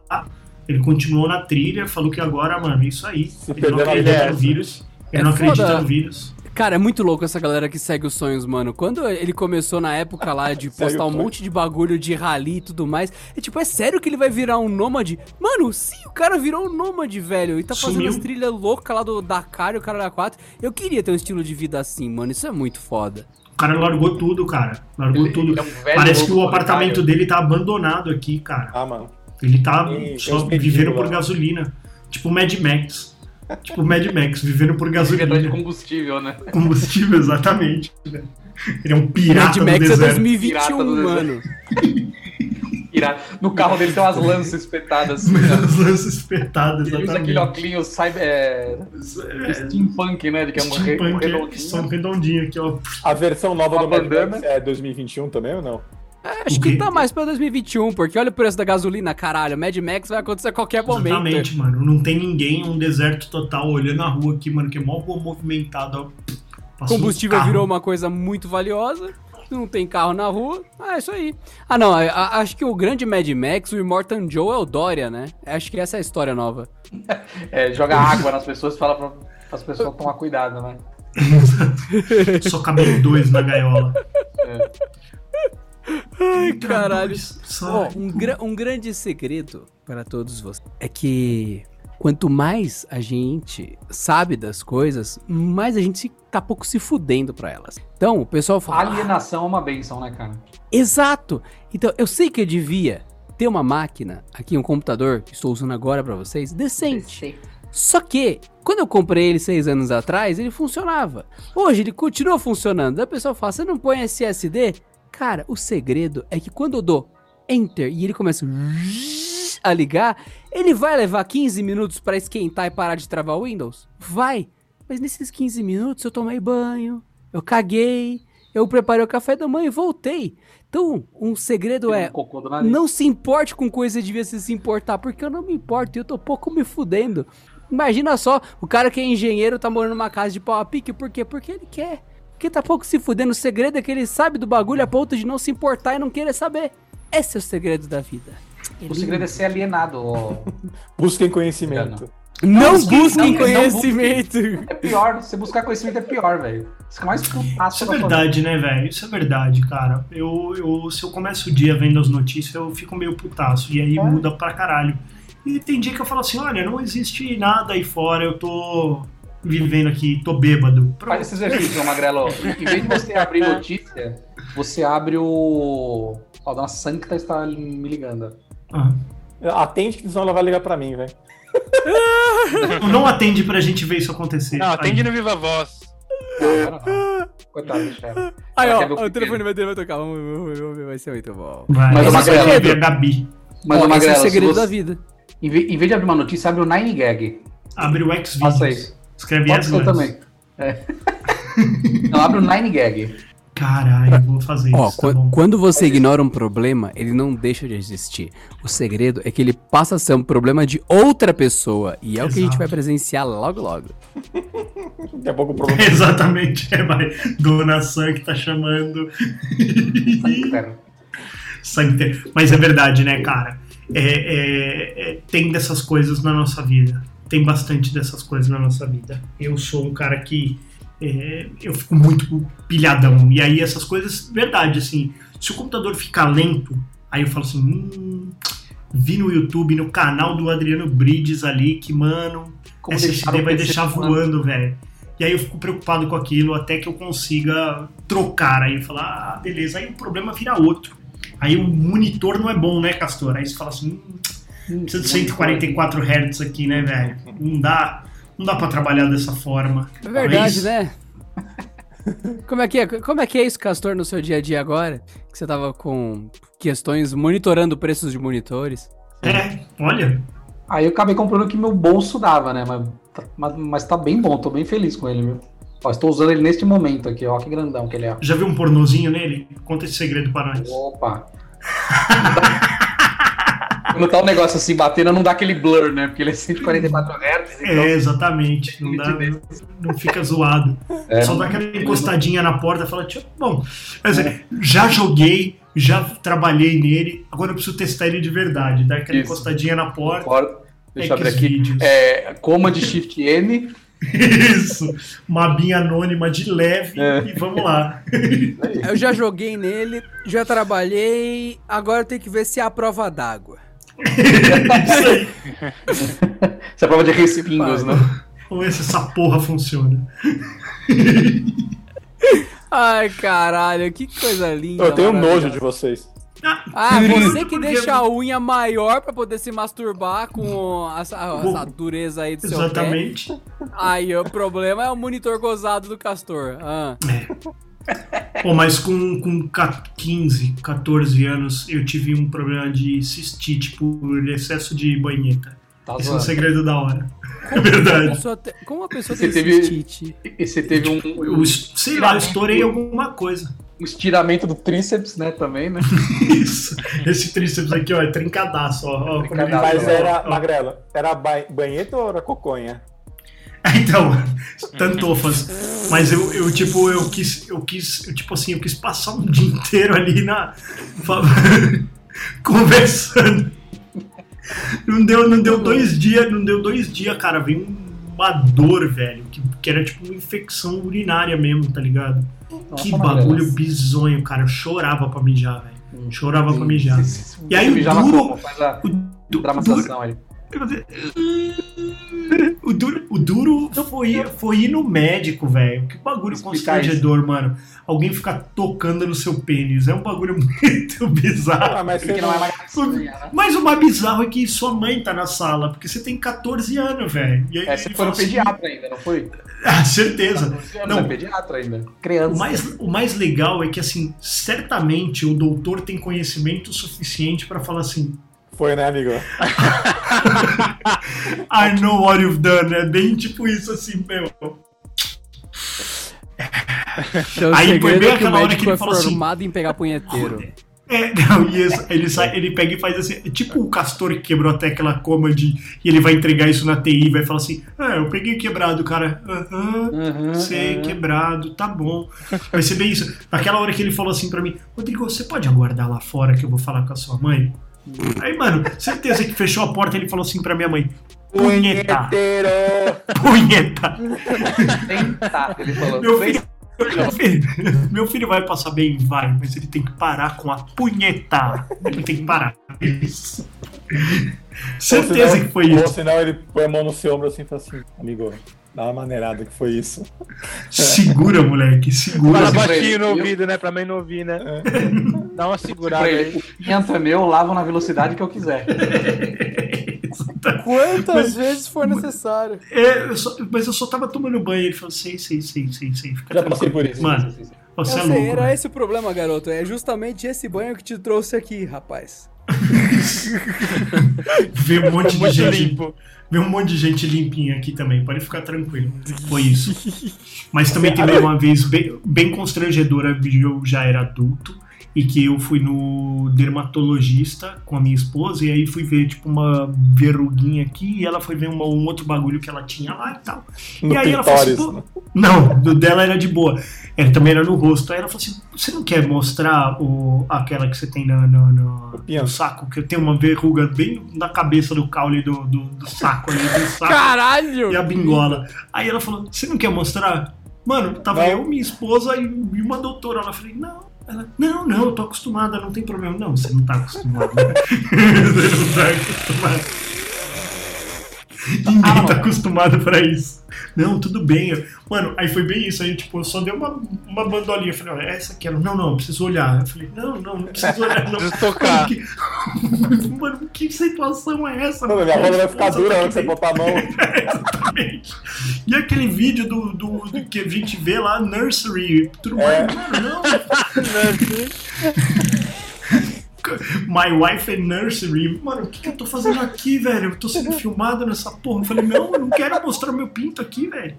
Speaker 5: Ele continuou na trilha, falou que agora, mano, é isso aí.
Speaker 1: Se
Speaker 5: Ele não
Speaker 1: perder na
Speaker 5: acredita
Speaker 1: vida,
Speaker 4: né?
Speaker 5: no vírus. Ele
Speaker 3: É
Speaker 5: não
Speaker 3: foda.
Speaker 5: acredita no vírus.
Speaker 3: Cara, é muito louco essa galera que segue os sonhos, mano. Quando ele começou na época lá de
Speaker 1: Segue
Speaker 3: postar
Speaker 1: o
Speaker 3: um
Speaker 1: sonho.
Speaker 3: monte de bagulho de rally e tudo mais, é tipo, é sério que ele vai virar um nômade? Mano, sim, o cara virou um nômade, velho. E tá fazendo
Speaker 5: Sumiu.
Speaker 3: as trilhas loucas lá do Dakar e o cara da 4. Eu queria ter um estilo de vida assim, mano. Isso é muito foda.
Speaker 5: O cara largou tudo, cara. Largou
Speaker 4: Ele-
Speaker 5: tudo.
Speaker 4: ele é um velho
Speaker 5: Parece que
Speaker 4: louco né,
Speaker 5: o apartamento
Speaker 4: solitário.
Speaker 5: dele tá abandonado aqui, cara.
Speaker 1: Ah, mano.
Speaker 5: Ele tá
Speaker 1: Tem- tem
Speaker 5: só
Speaker 1: uns mendigos
Speaker 5: vivendo por
Speaker 1: lá.
Speaker 5: gasolina. Tipo Mad Max. Tipo Mad Max, vivendo por
Speaker 4: Fica atrás de
Speaker 5: gasolina.
Speaker 4: combustível, né?
Speaker 5: Combustível, exatamente. né? Ele é um pirata
Speaker 3: Mad
Speaker 5: do
Speaker 3: Max é
Speaker 5: deserto.
Speaker 3: 2021,
Speaker 4: Pirata do deserto.
Speaker 3: mano.
Speaker 4: Irado. No carro dele tem umas lanças espetadas. assim, né?
Speaker 5: Os lances espetados,
Speaker 4: Ele usa aquele
Speaker 5: exatamente.
Speaker 4: óculos cyber, é, steampunk, né? Que é um, re, um
Speaker 5: Steampunk,
Speaker 4: redondinho.
Speaker 5: só um redondinho aqui, ó.
Speaker 1: A versão nova
Speaker 4: Uma
Speaker 1: do Mad Max
Speaker 4: bandana.
Speaker 1: é 2021 também ou não?
Speaker 3: É, Acho que tá mais pra 2021, porque olha o preço da gasolina, caralho. Mad Max vai acontecer a qualquer momento.
Speaker 5: Exatamente, mano. Não tem ninguém, um deserto total, olhando a rua aqui, mano, que é mó rua movimentada. ó. Passa um
Speaker 3: combustível
Speaker 5: carro.
Speaker 3: virou uma coisa muito valiosa. Não tem carro na rua. Ah, é isso aí. Ah, não. a- a- acho que o grande Mad Max, o Immortan Joe, é o Dória, né? Acho que essa é a história nova.
Speaker 4: É, joga água nas pessoas e fala pra, as pessoas tomar cuidado, né?
Speaker 5: Só cabem dois na gaiola. Ai,
Speaker 3: caralho.
Speaker 5: Só.
Speaker 3: Ó, um, gra- um grande segredo para todos vocês é que quanto mais a gente sabe das coisas, mais a gente se- tá pouco se fudendo pra elas. Então, o pessoal fala. "Ah,
Speaker 4: Alienação é uma benção, né, cara?
Speaker 3: Exato. Então, eu sei que eu devia ter uma máquina aqui, um computador que estou usando agora pra vocês, decente. Só que, quando eu comprei ele seis anos atrás, ele funcionava. Hoje ele continua funcionando. Aí o pessoal fala, você não põe SSD? Cara, o segredo é que quando eu dou Enter e ele começa a ligar, ele vai levar 15 minutos pra esquentar e parar de travar o Windows? Vai. Mas nesses 15 minutos eu tomei banho, eu caguei, eu preparei o café da manhã e voltei. Então, um segredo é
Speaker 4: Um cocô do nariz.
Speaker 3: não se importe com coisa que devia se se importar, porque eu não me importo e eu tô pouco me fudendo. Imagina só, o cara que é engenheiro tá morando numa casa de pau a pique, por quê? Porque ele quer. Porque tá pouco se fudendo. O segredo é que ele sabe do bagulho a ponto de não se importar e não querer saber. Esse é o segredo da vida.
Speaker 4: O segredo é ser alienado. ó.
Speaker 1: Busquem conhecimento.
Speaker 3: Não
Speaker 4: Não,
Speaker 3: busquem
Speaker 4: não, não
Speaker 3: conhecimento!
Speaker 4: É pior, você buscar conhecimento é pior, velho. Você fica mais putaço
Speaker 5: Isso é
Speaker 4: da sua
Speaker 5: verdade, né, velho? Isso é verdade, cara. Eu, eu, se eu começo o dia vendo as notícias, eu fico meio putaço. E
Speaker 4: É.
Speaker 5: aí muda pra caralho. E tem dia que eu falo assim: olha, não existe nada aí fora, eu tô vivendo aqui, tô bêbado.
Speaker 4: Faz
Speaker 5: Pronto. É.
Speaker 4: esse exercício, Magrelo. Em vez de você abrir notícia, você abre o. Ó, Dona Sancta tá está me ligando.
Speaker 5: Ah,
Speaker 1: Atende que senão ela vai ligar pra mim, velho.
Speaker 5: Não, não atende pra gente ver isso acontecer.
Speaker 2: Ah, Não, atende
Speaker 5: Aí.
Speaker 2: no Viva Voz.
Speaker 5: É.
Speaker 4: Não, não, não. Coitado do chefe.
Speaker 3: Aí,
Speaker 4: Ela
Speaker 3: ó,
Speaker 4: quer ver o
Speaker 3: o
Speaker 4: primeiro.
Speaker 3: telefone vai, vai tocar. Vamos ver, vamos ver, vamos ver, vai ser muito bom.
Speaker 5: Vai,
Speaker 4: Mas é
Speaker 5: Mas
Speaker 4: uma
Speaker 5: uma
Speaker 4: coisa-
Speaker 5: a Gabi.
Speaker 4: Mas,
Speaker 3: Ó,
Speaker 4: ô, Magrela,
Speaker 3: esse é o
Speaker 4: se
Speaker 3: segredo
Speaker 4: você-
Speaker 3: da vida.
Speaker 4: Em ve- em vez de abrir uma notícia, abre o Nine Gag.
Speaker 5: Abre o X
Speaker 4: Faça
Speaker 5: Videos.
Speaker 4: isso.
Speaker 5: Escreve
Speaker 4: Pode
Speaker 5: as
Speaker 4: ser também. É. Não, abre o Nine Gag.
Speaker 5: Caralho, vou fazer
Speaker 3: Ó,
Speaker 5: isso,
Speaker 3: quan-
Speaker 5: tá bom.
Speaker 3: quando você ignora um problema, ele não deixa de existir. O segredo é que ele passa a ser um problema de outra pessoa. E é o que a gente
Speaker 5: Exato.
Speaker 3: vai presenciar logo, logo.
Speaker 1: Daqui a pouco o problema.
Speaker 5: Exatamente, é, vai. Dona Sam que tá chamando.
Speaker 4: Cara,
Speaker 5: Sangue ter- Mas é verdade, né, cara? É, é- é- tem dessas coisas na nossa vida. Tem bastante dessas coisas na nossa vida. Eu sou um cara que. é, eu fico muito pilhadão. E aí essas coisas, verdade, assim. Se o computador ficar lento, aí eu falo assim. Hum, vi no YouTube, no canal do Adriano Brides ali, que, mano,
Speaker 4: Como deixar
Speaker 5: SSD
Speaker 4: o
Speaker 5: É, vai
Speaker 4: PC
Speaker 5: deixar
Speaker 4: voando.
Speaker 5: voando, velho. E aí eu fico preocupado com aquilo até que eu consiga trocar. Aí eu falo, ah, beleza. Aí o problema vira outro. Aí o monitor não é bom, né, Castor? Aí você fala assim, hum, precisa
Speaker 4: é
Speaker 5: de 144 Hz aqui, né, velho? Não dá, não dá pra trabalhar dessa forma.
Speaker 3: É verdade,
Speaker 5: Mas-
Speaker 3: né? Como é, que é, como é que é isso, Castor, no seu dia a dia agora? Que você tava com questões monitorando preços de monitores.
Speaker 5: É, olha,
Speaker 4: Aí eu acabei comprando o que meu bolso dava, né? Mas, tá- mas, mas tá bem bom, tô bem feliz com ele, viu? Ó, estou usando ele neste momento aqui, ó, que grandão que ele é.
Speaker 5: já viu um pornozinho nele? Conta esse segredo pra nós.
Speaker 4: Opa! Quando tá um negócio assim batendo, não dá aquele blur, né? Porque ele é 144 Hz, então.
Speaker 5: É, exatamente. Não,
Speaker 4: Muito
Speaker 5: dá,
Speaker 4: bem.
Speaker 5: não fica zoado.
Speaker 4: É.
Speaker 5: Só dá aquela encostadinha na porta e fala, tipo, bom, quer dizer, já joguei, já trabalhei nele, agora eu preciso testar ele de verdade. Dá aquela
Speaker 4: Isso.
Speaker 5: encostadinha na porta.
Speaker 4: Bora, Deixa eu abrir aqui.
Speaker 5: Xvideos.
Speaker 4: É, coma de Shift N.
Speaker 5: Isso. Uma abinha anônima de leve
Speaker 4: É.
Speaker 5: e vamos lá.
Speaker 3: Eu já joguei nele, já trabalhei, agora tem que ver se é a prova d'água.
Speaker 5: É Isso aí.
Speaker 4: Essa é prova de respingos, né?
Speaker 5: Vamos ver se essa porra funciona.
Speaker 3: Ai, caralho, que coisa linda.
Speaker 1: Eu tenho nojo
Speaker 3: maravilhosa.
Speaker 1: de vocês.
Speaker 3: Ah, você que
Speaker 5: Porque-
Speaker 3: deixa a unha maior pra poder se masturbar com essa, essa dureza aí do seu pé.
Speaker 5: Exatamente.
Speaker 3: Aí o problema é o monitor gozado do Castor. Ah,
Speaker 5: Pô, mas com, com ca- 15, 14 anos, eu tive um problema de cistite por excesso de banheta.
Speaker 4: Tá
Speaker 5: Esse é um
Speaker 4: zoando.
Speaker 5: segredo da hora. É verdade.
Speaker 3: pessoa te- Como a pessoa
Speaker 4: Você
Speaker 3: tem
Speaker 4: teve-
Speaker 3: cistite?
Speaker 4: E você teve um,
Speaker 5: Eu, es- sei lá, eu estourei alguma coisa.
Speaker 4: um estiramento do tríceps, né, também, né?
Speaker 5: Isso. Esse tríceps aqui, ó, é trincadaço, ó. ó como ele-
Speaker 4: Trincadaço.
Speaker 1: Mas
Speaker 4: Tá bom.
Speaker 1: era, Magrela, era ba- banheta ou era coconha?
Speaker 5: Então, tantofas. Mas eu, eu, tipo, eu quis, eu quis, eu, tipo assim, eu quis passar um dia inteiro ali na. fa- conversando. Não deu, não deu dois dias, não deu dois dias, cara. Veio uma dor, velho. Que, que era tipo uma infecção urinária mesmo, tá ligado?
Speaker 4: Nossa,
Speaker 5: que
Speaker 4: Magrela.
Speaker 5: bagulho bizonho, cara. Eu chorava pra mijar, velho. Chorava pra mijar.
Speaker 4: Hum, Se- se-
Speaker 5: E aí,
Speaker 4: se mijava
Speaker 5: duro-
Speaker 4: como? Faz a
Speaker 5: O du- duro-
Speaker 4: dramatização aí.
Speaker 5: O duro, o duro foi, foi ir no médico, velho. Que bagulho
Speaker 4: Explicar
Speaker 5: constrangedor, mano. Alguém ficar tocando no seu pênis. É um bagulho muito bizarro.
Speaker 1: Ah, mas você
Speaker 4: Porque não é
Speaker 1: não-
Speaker 4: uma gracinha, né?
Speaker 5: Mas o mais bizarro é que sua mãe tá na sala, porque você tem 14 anos, velho. E aí
Speaker 4: É, você
Speaker 5: ele
Speaker 4: foi no
Speaker 5: fala assim,
Speaker 4: pediatra ainda, não foi?
Speaker 5: Ah, certeza.
Speaker 4: Não,
Speaker 5: Não.
Speaker 4: é pediatra ainda.
Speaker 5: O
Speaker 4: Criança.
Speaker 5: mais, o mais legal é que, assim, certamente o doutor tem conhecimento suficiente pra falar assim:
Speaker 1: Foi, né, amigo?
Speaker 5: I know what you've done. É bem tipo isso, assim, meu.
Speaker 3: Então, o
Speaker 5: Aí foi
Speaker 3: segredo é
Speaker 5: bem
Speaker 3: que o
Speaker 5: aquela hora
Speaker 3: médico
Speaker 5: que ele
Speaker 3: é
Speaker 5: falou assim,
Speaker 3: formado em pegar punheteiro.
Speaker 5: É, não, e esse- ele, sai, ele pega e faz assim, é tipo o castor que quebrou até aquela coma de, e ele vai entregar isso na TI, vai falar assim, ah, eu peguei quebrado, cara, aham,
Speaker 4: Uhum,
Speaker 5: sei,
Speaker 4: uhum.
Speaker 5: quebrado, tá bom, vai ser bem isso. Naquela hora que ele falou assim pra mim, Rodrigo, você pode aguardar lá fora que eu vou falar com a sua mãe? Aí, mano, certeza que fechou a porta, ele falou assim pra minha mãe, punheta, punheta.
Speaker 4: Tá, ele falou.
Speaker 5: Meu filho, meu filho, meu filho vai passar bem, vai, mas ele tem que parar com a punheta. Ele tem que parar. Isso.
Speaker 1: Ou
Speaker 5: Certeza
Speaker 1: senão-
Speaker 5: que foi
Speaker 1: Ou
Speaker 5: isso.
Speaker 1: senão ele põe a mão no seu ombro assim e fala assim, amigo, dá uma maneirada que foi isso.
Speaker 5: Segura, moleque, segura.
Speaker 2: Fala
Speaker 4: Mas-
Speaker 2: baixinho no
Speaker 4: Eu-
Speaker 2: ouvido, né? Pra mãe não ouvir, né? Dá uma segurada
Speaker 4: É. Pra ele,
Speaker 2: aí.
Speaker 4: o pinto é meu, eu lavo na velocidade que eu quiser.
Speaker 5: puta.
Speaker 3: Quantas
Speaker 5: Mas-
Speaker 3: vezes for necessário.
Speaker 5: É, eu só- mas eu só tava tomando banho. Ele falou, sei, sei, sei, sei, sei. Fica
Speaker 1: Já passei
Speaker 5: tranquilo.
Speaker 1: por isso.
Speaker 5: Mano,
Speaker 3: Eu
Speaker 5: você é
Speaker 3: sei,
Speaker 5: louco.
Speaker 3: Assim, era
Speaker 5: né?
Speaker 3: esse o problema, garoto. É justamente esse banho que te trouxe aqui, rapaz.
Speaker 5: Vê um monte de
Speaker 2: Muito
Speaker 5: gente.
Speaker 2: limpo.
Speaker 5: Vê um monte de gente limpinha aqui também, pode ficar tranquilo. Foi isso. Mas também teve uma vez bem, bem constrangedora, de eu já era adulto, e que eu fui no dermatologista com a minha esposa, e aí fui ver, tipo, uma verruguinha aqui, e ela foi ver uma- um outro bagulho que ela tinha lá e tal.
Speaker 1: No
Speaker 5: e aí ela falou assim,
Speaker 1: clitóris, né?
Speaker 5: "Pô-" Não, do dela era de boa. Ela também era no rosto. Aí ela falou assim: você não quer mostrar o, aquela que você tem na, na- na-
Speaker 1: Piano.
Speaker 5: no saco? Que eu tenho uma verruga bem na cabeça do caule do, do, do saco ali, do saco
Speaker 3: Caralho!
Speaker 5: Tá. e a bingola. Aí ela falou: Você não quer mostrar? Mano, tava
Speaker 1: Não.
Speaker 5: eu, minha esposa e e uma doutora. Ela falei: Não. Ela, não, não, eu tô acostumada, não tem problema. Não, você não tá acostumada. você não tá acostumada.
Speaker 1: Ah,
Speaker 5: Ninguém tá acostumado pra isso. Não, tudo bem. eu- Mano, aí foi bem isso. Aí, tipo, eu só dei uma, uma bandolinha. Eu falei, olha, essa aqui. Ela, não, não, eu preciso olhar. Eu falei, não, não, não preciso olhar, não.
Speaker 2: Preciso tocar.
Speaker 5: Mano, que, Mano, que situação é essa?
Speaker 1: Mano, minha rola vai ficar
Speaker 5: esposa
Speaker 1: dura
Speaker 5: tá
Speaker 1: antes né? de você
Speaker 5: aqui
Speaker 1: botar a mão.
Speaker 5: Exatamente. E aquele vídeo do, do, do que a gente vê lá, nursery, tudo mais. Mano, não. My wife and nursery. Mano, o que, que eu tô fazendo aqui, velho? Eu tô sendo filmado nessa porra. Eu falei, não, eu não quero mostrar meu pinto aqui, velho.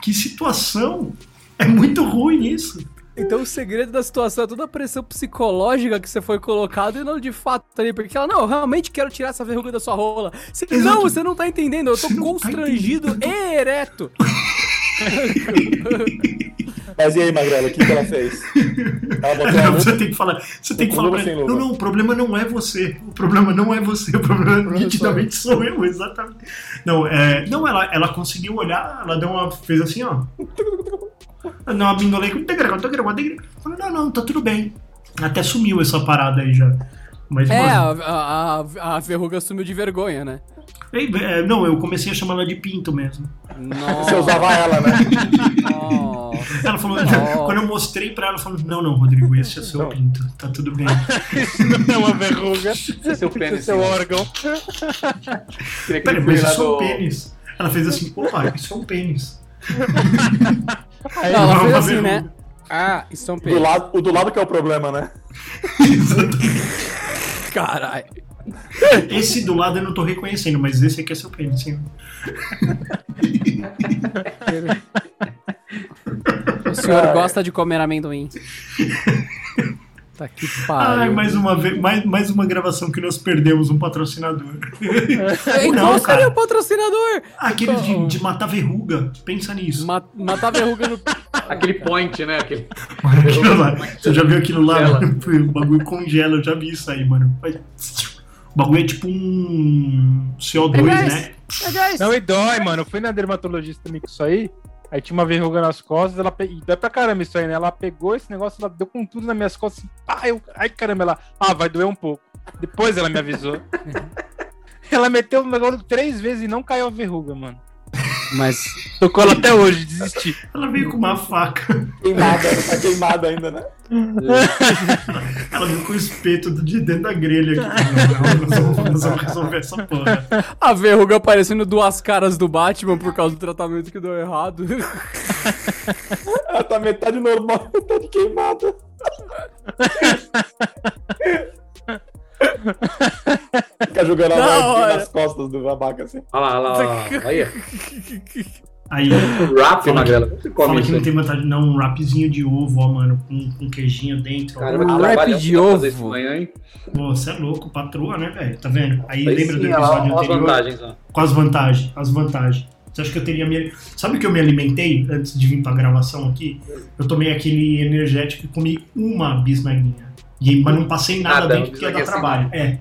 Speaker 5: Que situação. É muito ruim isso.
Speaker 3: Então o segredo da situação é toda a pressão psicológica que você foi colocado e não de fato tá ali, porque ela, não, eu realmente quero tirar essa verruga da sua rola. Você- não, você não tá entendendo, eu tô
Speaker 5: Você não tá
Speaker 3: constrangido e ereto.
Speaker 1: Mas e aí, Magrela, o que, que ela fez? Ela botou a
Speaker 5: Não,
Speaker 1: lupa.
Speaker 5: você tem que falar, você tem que falar
Speaker 1: Luva
Speaker 5: pra
Speaker 1: sem
Speaker 5: ele,
Speaker 1: luva.
Speaker 5: não, não, o problema não é você, o problema não é você, o problema nitidamente sou eu, exatamente. Não, é, não ela, ela conseguiu olhar, ela deu uma, fez assim, ó, Ela deu uma bindolei, falou, não, não, tá tudo bem. Até sumiu essa parada aí já. Mas,
Speaker 3: É, a,
Speaker 5: mano,
Speaker 3: a, a- a verruga sumiu de vergonha, né?
Speaker 5: ei, é, não, eu comecei a chamar ela de pinto mesmo.
Speaker 1: Você
Speaker 3: Nossa.
Speaker 1: usava ela, né?
Speaker 3: nossa.
Speaker 5: Ela falou,
Speaker 3: Nossa.
Speaker 5: quando eu mostrei pra ela, ela falou, não, não, Rodrigo, esse é seu pinto, tá tudo bem.
Speaker 2: Isso não é uma verruga.
Speaker 4: é seu
Speaker 2: Esse é
Speaker 4: pênis.
Speaker 2: seu
Speaker 4: né?
Speaker 2: órgão.
Speaker 4: Queria que
Speaker 5: Peraí,
Speaker 4: ele
Speaker 5: mas
Speaker 4: fosse
Speaker 5: isso é
Speaker 4: lá
Speaker 5: um
Speaker 4: do-
Speaker 5: pênis. Ela fez assim, pô, pai, isso é um pênis.
Speaker 3: Não, ela
Speaker 5: Uma
Speaker 3: fez assim,
Speaker 5: verruga.
Speaker 3: né? Ah, isso é um
Speaker 1: Do
Speaker 3: peixe.
Speaker 1: lado, o do lado que é o problema, né?
Speaker 3: Caralho.
Speaker 5: Esse do lado eu não tô reconhecendo, mas esse aqui é seu pênis, hein?
Speaker 3: O senhor gosta de comer amendoim. Tá que
Speaker 5: Ai,
Speaker 3: pariu.
Speaker 5: mais uma vez, mais, mais uma gravação que nós perdemos um patrocinador.
Speaker 3: Ei,
Speaker 5: Não,
Speaker 3: Qual seria
Speaker 5: cara.
Speaker 3: o patrocinador?
Speaker 5: Aquele de, de matar verruga, pensa nisso.
Speaker 3: Ma- matar verruga no...
Speaker 4: Aquele point, né? Aquele...
Speaker 5: Aquilo lá, Você já viu aquilo lá?
Speaker 4: Congela.
Speaker 5: mano? O bagulho congela, eu já vi isso aí, mano. O bagulho é tipo um CO2, né?
Speaker 2: Não, e dói, mano. Eu fui na dermatologista também com isso aí. Aí tinha uma verruga nas costas, ela pe... e dói pra caramba isso aí, né? Ela pegou esse negócio, ela deu com tudo nas minhas costas, assim, pá, eu... ai caramba, ela, ah, vai doer um pouco. Depois ela me avisou. ela meteu o negócio três vezes e não caiu a verruga, mano.
Speaker 3: Mas
Speaker 2: Tô com ela até hoje, desisti.
Speaker 5: Ela veio com uma faca.
Speaker 1: Queimada, tá queimada ainda, né?
Speaker 5: Ela veio com o espeto de dentro da grelha aqui. Não, não, nós vamos- Nós vamos resolver essa porra.
Speaker 3: a verruga aparecendo duas caras do Batman por causa do tratamento que deu errado.
Speaker 1: Ela tá metade normal, metade queimada. Fica jogando a
Speaker 3: Da
Speaker 1: mão
Speaker 3: hora.
Speaker 1: nas costas do babaca assim.
Speaker 4: Olha lá, olha lá, olha lá. Aí,
Speaker 5: Aí,
Speaker 4: rap, Magrela. Você come
Speaker 5: Fala que
Speaker 4: isso
Speaker 5: não
Speaker 4: aí.
Speaker 5: tem vontade, de- não. Um wrapzinho de ovo, ó, mano, com, com queijinho dentro. ó.
Speaker 4: Caramba, que
Speaker 3: Um
Speaker 4: trabalho
Speaker 3: rap
Speaker 4: é
Speaker 3: de
Speaker 4: pra
Speaker 3: ovo.
Speaker 4: fazer isso amanhã, hein?
Speaker 5: Pô, você é louco, patroa, né, velho? Tá vendo? Aí
Speaker 4: Aí
Speaker 5: lembra
Speaker 4: sim,
Speaker 5: do
Speaker 4: olha lá,
Speaker 5: episódio
Speaker 4: olha as
Speaker 5: anterior?
Speaker 4: vantagens, ó.
Speaker 5: Com as vantagens, as vantagens. Você acha que eu teria me. Sabe o que eu me alimentei antes de vir pra gravação aqui? Eu tomei aquele energético e comi uma bisnaguinha. E, aí- mas não passei nada,
Speaker 4: Nada,
Speaker 5: dentro porque ia dar
Speaker 4: bisnaguinha
Speaker 5: trabalho. É.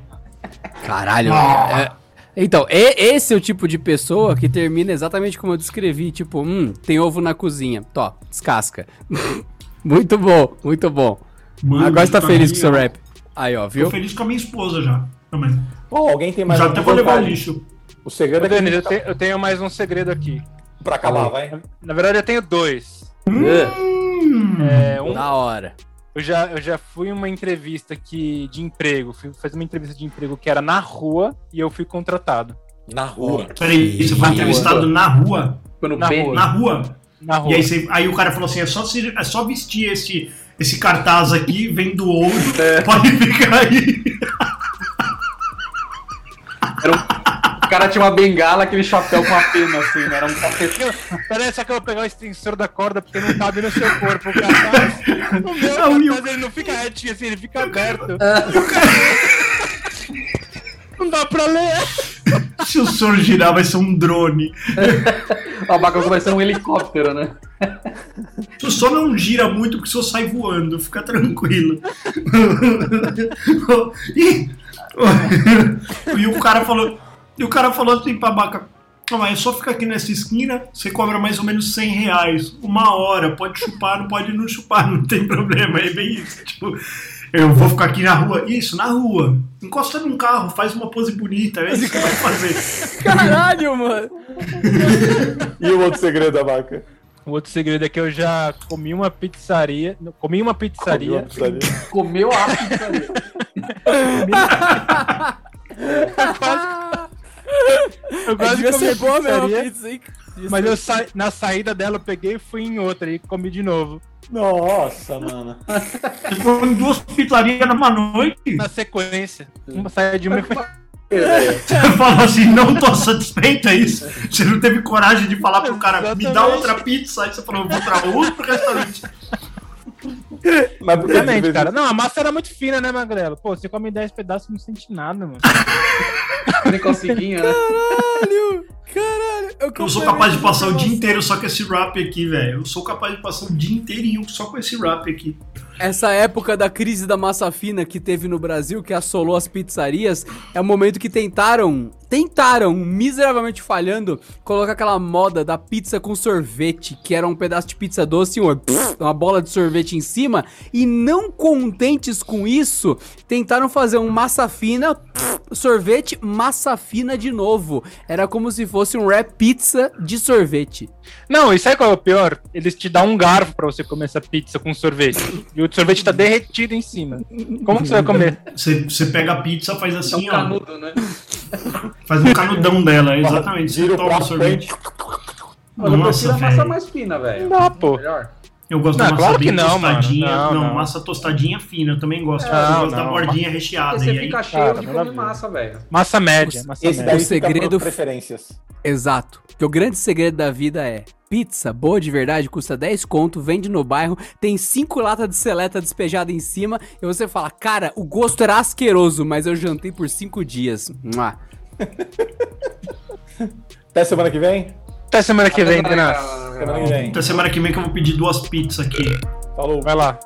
Speaker 3: Caralho.
Speaker 5: Ah.
Speaker 3: é- Então, e- esse é o tipo de pessoa que termina exatamente como eu descrevi. Tipo, hum, tem ovo na cozinha. Tó, descasca. muito bom, muito bom.
Speaker 5: Mano,
Speaker 3: Agora você tá
Speaker 5: Hum, pra
Speaker 3: feliz
Speaker 5: mim,
Speaker 3: com o seu
Speaker 5: ó,
Speaker 3: rap. Aí, ó,
Speaker 5: Tô
Speaker 3: viu?
Speaker 5: feliz com a minha esposa já. Também.
Speaker 1: Bom, alguém tem mais
Speaker 5: já
Speaker 1: alguma
Speaker 5: até vou levar o
Speaker 1: vantagem?
Speaker 5: lixo.
Speaker 1: O segredo
Speaker 2: Ô,
Speaker 1: é que
Speaker 2: Denis, eu, te- eu tenho mais um segredo aqui.
Speaker 1: pra acabar, vai.
Speaker 2: Na verdade, eu tenho dois.
Speaker 5: Hum.
Speaker 2: É, um,
Speaker 3: Da hora.
Speaker 2: eu, já, eu já fui em uma entrevista que, de emprego, fui fazer uma entrevista de emprego que era na rua e eu fui contratado.
Speaker 1: Na rua.
Speaker 5: Peraí, você foi
Speaker 4: Na
Speaker 5: entrevistado na rua?
Speaker 4: Foi no
Speaker 2: Na
Speaker 4: B.
Speaker 2: rua.
Speaker 5: Na rua?
Speaker 2: Na rua.
Speaker 5: E aí, você- aí o cara falou assim: é só, se- é só vestir esse, esse cartaz aqui, vem do ouro, pode ficar aí.
Speaker 4: Era um- O cara tinha uma bengala, aquele chapéu com a pena, assim, né? Era um cacete.
Speaker 2: Parece só que eu vou pegar o extensor da corda porque não cabe no seu corpo. O cartaz. O meu
Speaker 5: Não, Ah. e o-
Speaker 2: cartaz, ele não fica retinho assim, ele fica aberto. Não dá pra ler.
Speaker 5: Se o senhor girar, vai ser um drone.
Speaker 4: A bagulho vai ser um helicóptero, né?
Speaker 5: Tu só não gira muito porque o senhor sai voando, fica tranquilo. Ih! e o cara falou. E o cara falou assim pra Baca. "Ah, mas é só ficar aqui nessa esquina, você cobra mais ou menos 100 reais. Uma hora, pode chupar, não pode não chupar, não tem problema. É bem isso. Tipo, eu vou ficar aqui na rua. Isso, na rua. Encosta num carro, faz uma pose bonita, é isso que vai fazer.
Speaker 3: Caralho, mano.
Speaker 1: E o outro segredo da vaca?
Speaker 2: O outro segredo é que eu já comi uma pizzaria. não, Comi uma pizzaria.
Speaker 4: Comeu a pizzaria.
Speaker 2: Eu
Speaker 3: Mas
Speaker 2: quase
Speaker 3: devia
Speaker 2: comi
Speaker 3: ser
Speaker 2: a
Speaker 3: boa mesmo.
Speaker 2: pizzaria.
Speaker 3: pizza, hein?
Speaker 2: Mas eu sa... na saída dela eu peguei e fui em outra e comi de novo.
Speaker 1: Nossa, mano.
Speaker 5: Você foi em duas pizzarias numa noite.
Speaker 2: Na sequência. Uma saia de uma e foi.
Speaker 5: Você fala assim, não tô satisfeito, é isso? Você não teve coragem de falar pro cara, me dá
Speaker 2: Exatamente.
Speaker 5: outra pizza, aí você falou, vou pra outro restaurante.
Speaker 1: Mas por que que
Speaker 2: Exatamente,
Speaker 1: fez
Speaker 2: cara. Não, a massa era muito fina, né, Magrelo? Pô, você come 10 pedaços e não sente nada, mano.
Speaker 4: Nem conseguinha, né?
Speaker 3: Caralho. Caralho. um
Speaker 5: Eu sou capaz de passar o dia inteiro só com esse rap aqui, velho. Eu sou capaz de passar o dia inteirinho só com esse rap aqui.
Speaker 3: Essa época da crise da massa fina que teve no Brasil, que assolou as pizzarias, é o momento que tentaram, tentaram, miseravelmente falhando, colocar aquela moda da pizza com sorvete, que era um pedaço de pizza doce e uma, uma bola de sorvete em cima, e não contentes com isso, tentaram fazer um massa fina, sorvete, massa fina de novo. Era como se fosse um wrap pizza de sorvete.
Speaker 2: Não, e sabe qual é o pior? Eles te dão um garfo pra você comer essa pizza com sorvete. E o sorvete tá derretido em cima. Como que você vai comer?
Speaker 5: Você, você pega a pizza, faz
Speaker 4: É um
Speaker 5: assim, ó.
Speaker 4: canudo, né?
Speaker 5: Faz um canudão dela, exatamente.
Speaker 1: Gira
Speaker 5: Você
Speaker 1: o
Speaker 5: toma o
Speaker 1: prato
Speaker 5: sorvete.
Speaker 1: frente.
Speaker 4: Mano, eu prefiro
Speaker 5: Nossa,
Speaker 4: a massa
Speaker 5: velho.
Speaker 4: mais fina, velho.
Speaker 2: Não dá, pô.
Speaker 4: Melhor.
Speaker 5: Eu gosto
Speaker 2: Não,
Speaker 5: da massa
Speaker 2: claro que
Speaker 5: bem
Speaker 2: não, mano.
Speaker 5: tostadinha.
Speaker 2: Não,
Speaker 5: Não,
Speaker 2: não.
Speaker 5: massa tostadinha fina, eu também gosto. eu
Speaker 2: Não,
Speaker 5: gosto da
Speaker 2: não.
Speaker 5: bordinha
Speaker 4: Porque
Speaker 5: recheada.
Speaker 4: você
Speaker 5: E Ah, aí,
Speaker 4: fica cheio
Speaker 3: Ah,
Speaker 2: Cara,
Speaker 4: de comer
Speaker 2: maravilha.
Speaker 4: massa, velho.
Speaker 2: Massa média, massa
Speaker 1: Esse
Speaker 2: média.
Speaker 1: daí
Speaker 3: O
Speaker 1: o segredo
Speaker 3: segredo-
Speaker 1: preferências.
Speaker 3: Exato. Porque o grande segredo da vida é pizza boa de verdade, custa 10 conto, vende no bairro, tem 5 latas de seleta despejada em cima, e você fala, cara, o gosto era asqueroso, mas eu jantei por 5 dias. Mua.
Speaker 1: Até semana que vem?
Speaker 2: Até semana que vem, Renan.
Speaker 1: Semana que vem.
Speaker 5: Até semana que vem que eu vou pedir duas pizzas aqui.
Speaker 1: Falou.
Speaker 2: Vai lá.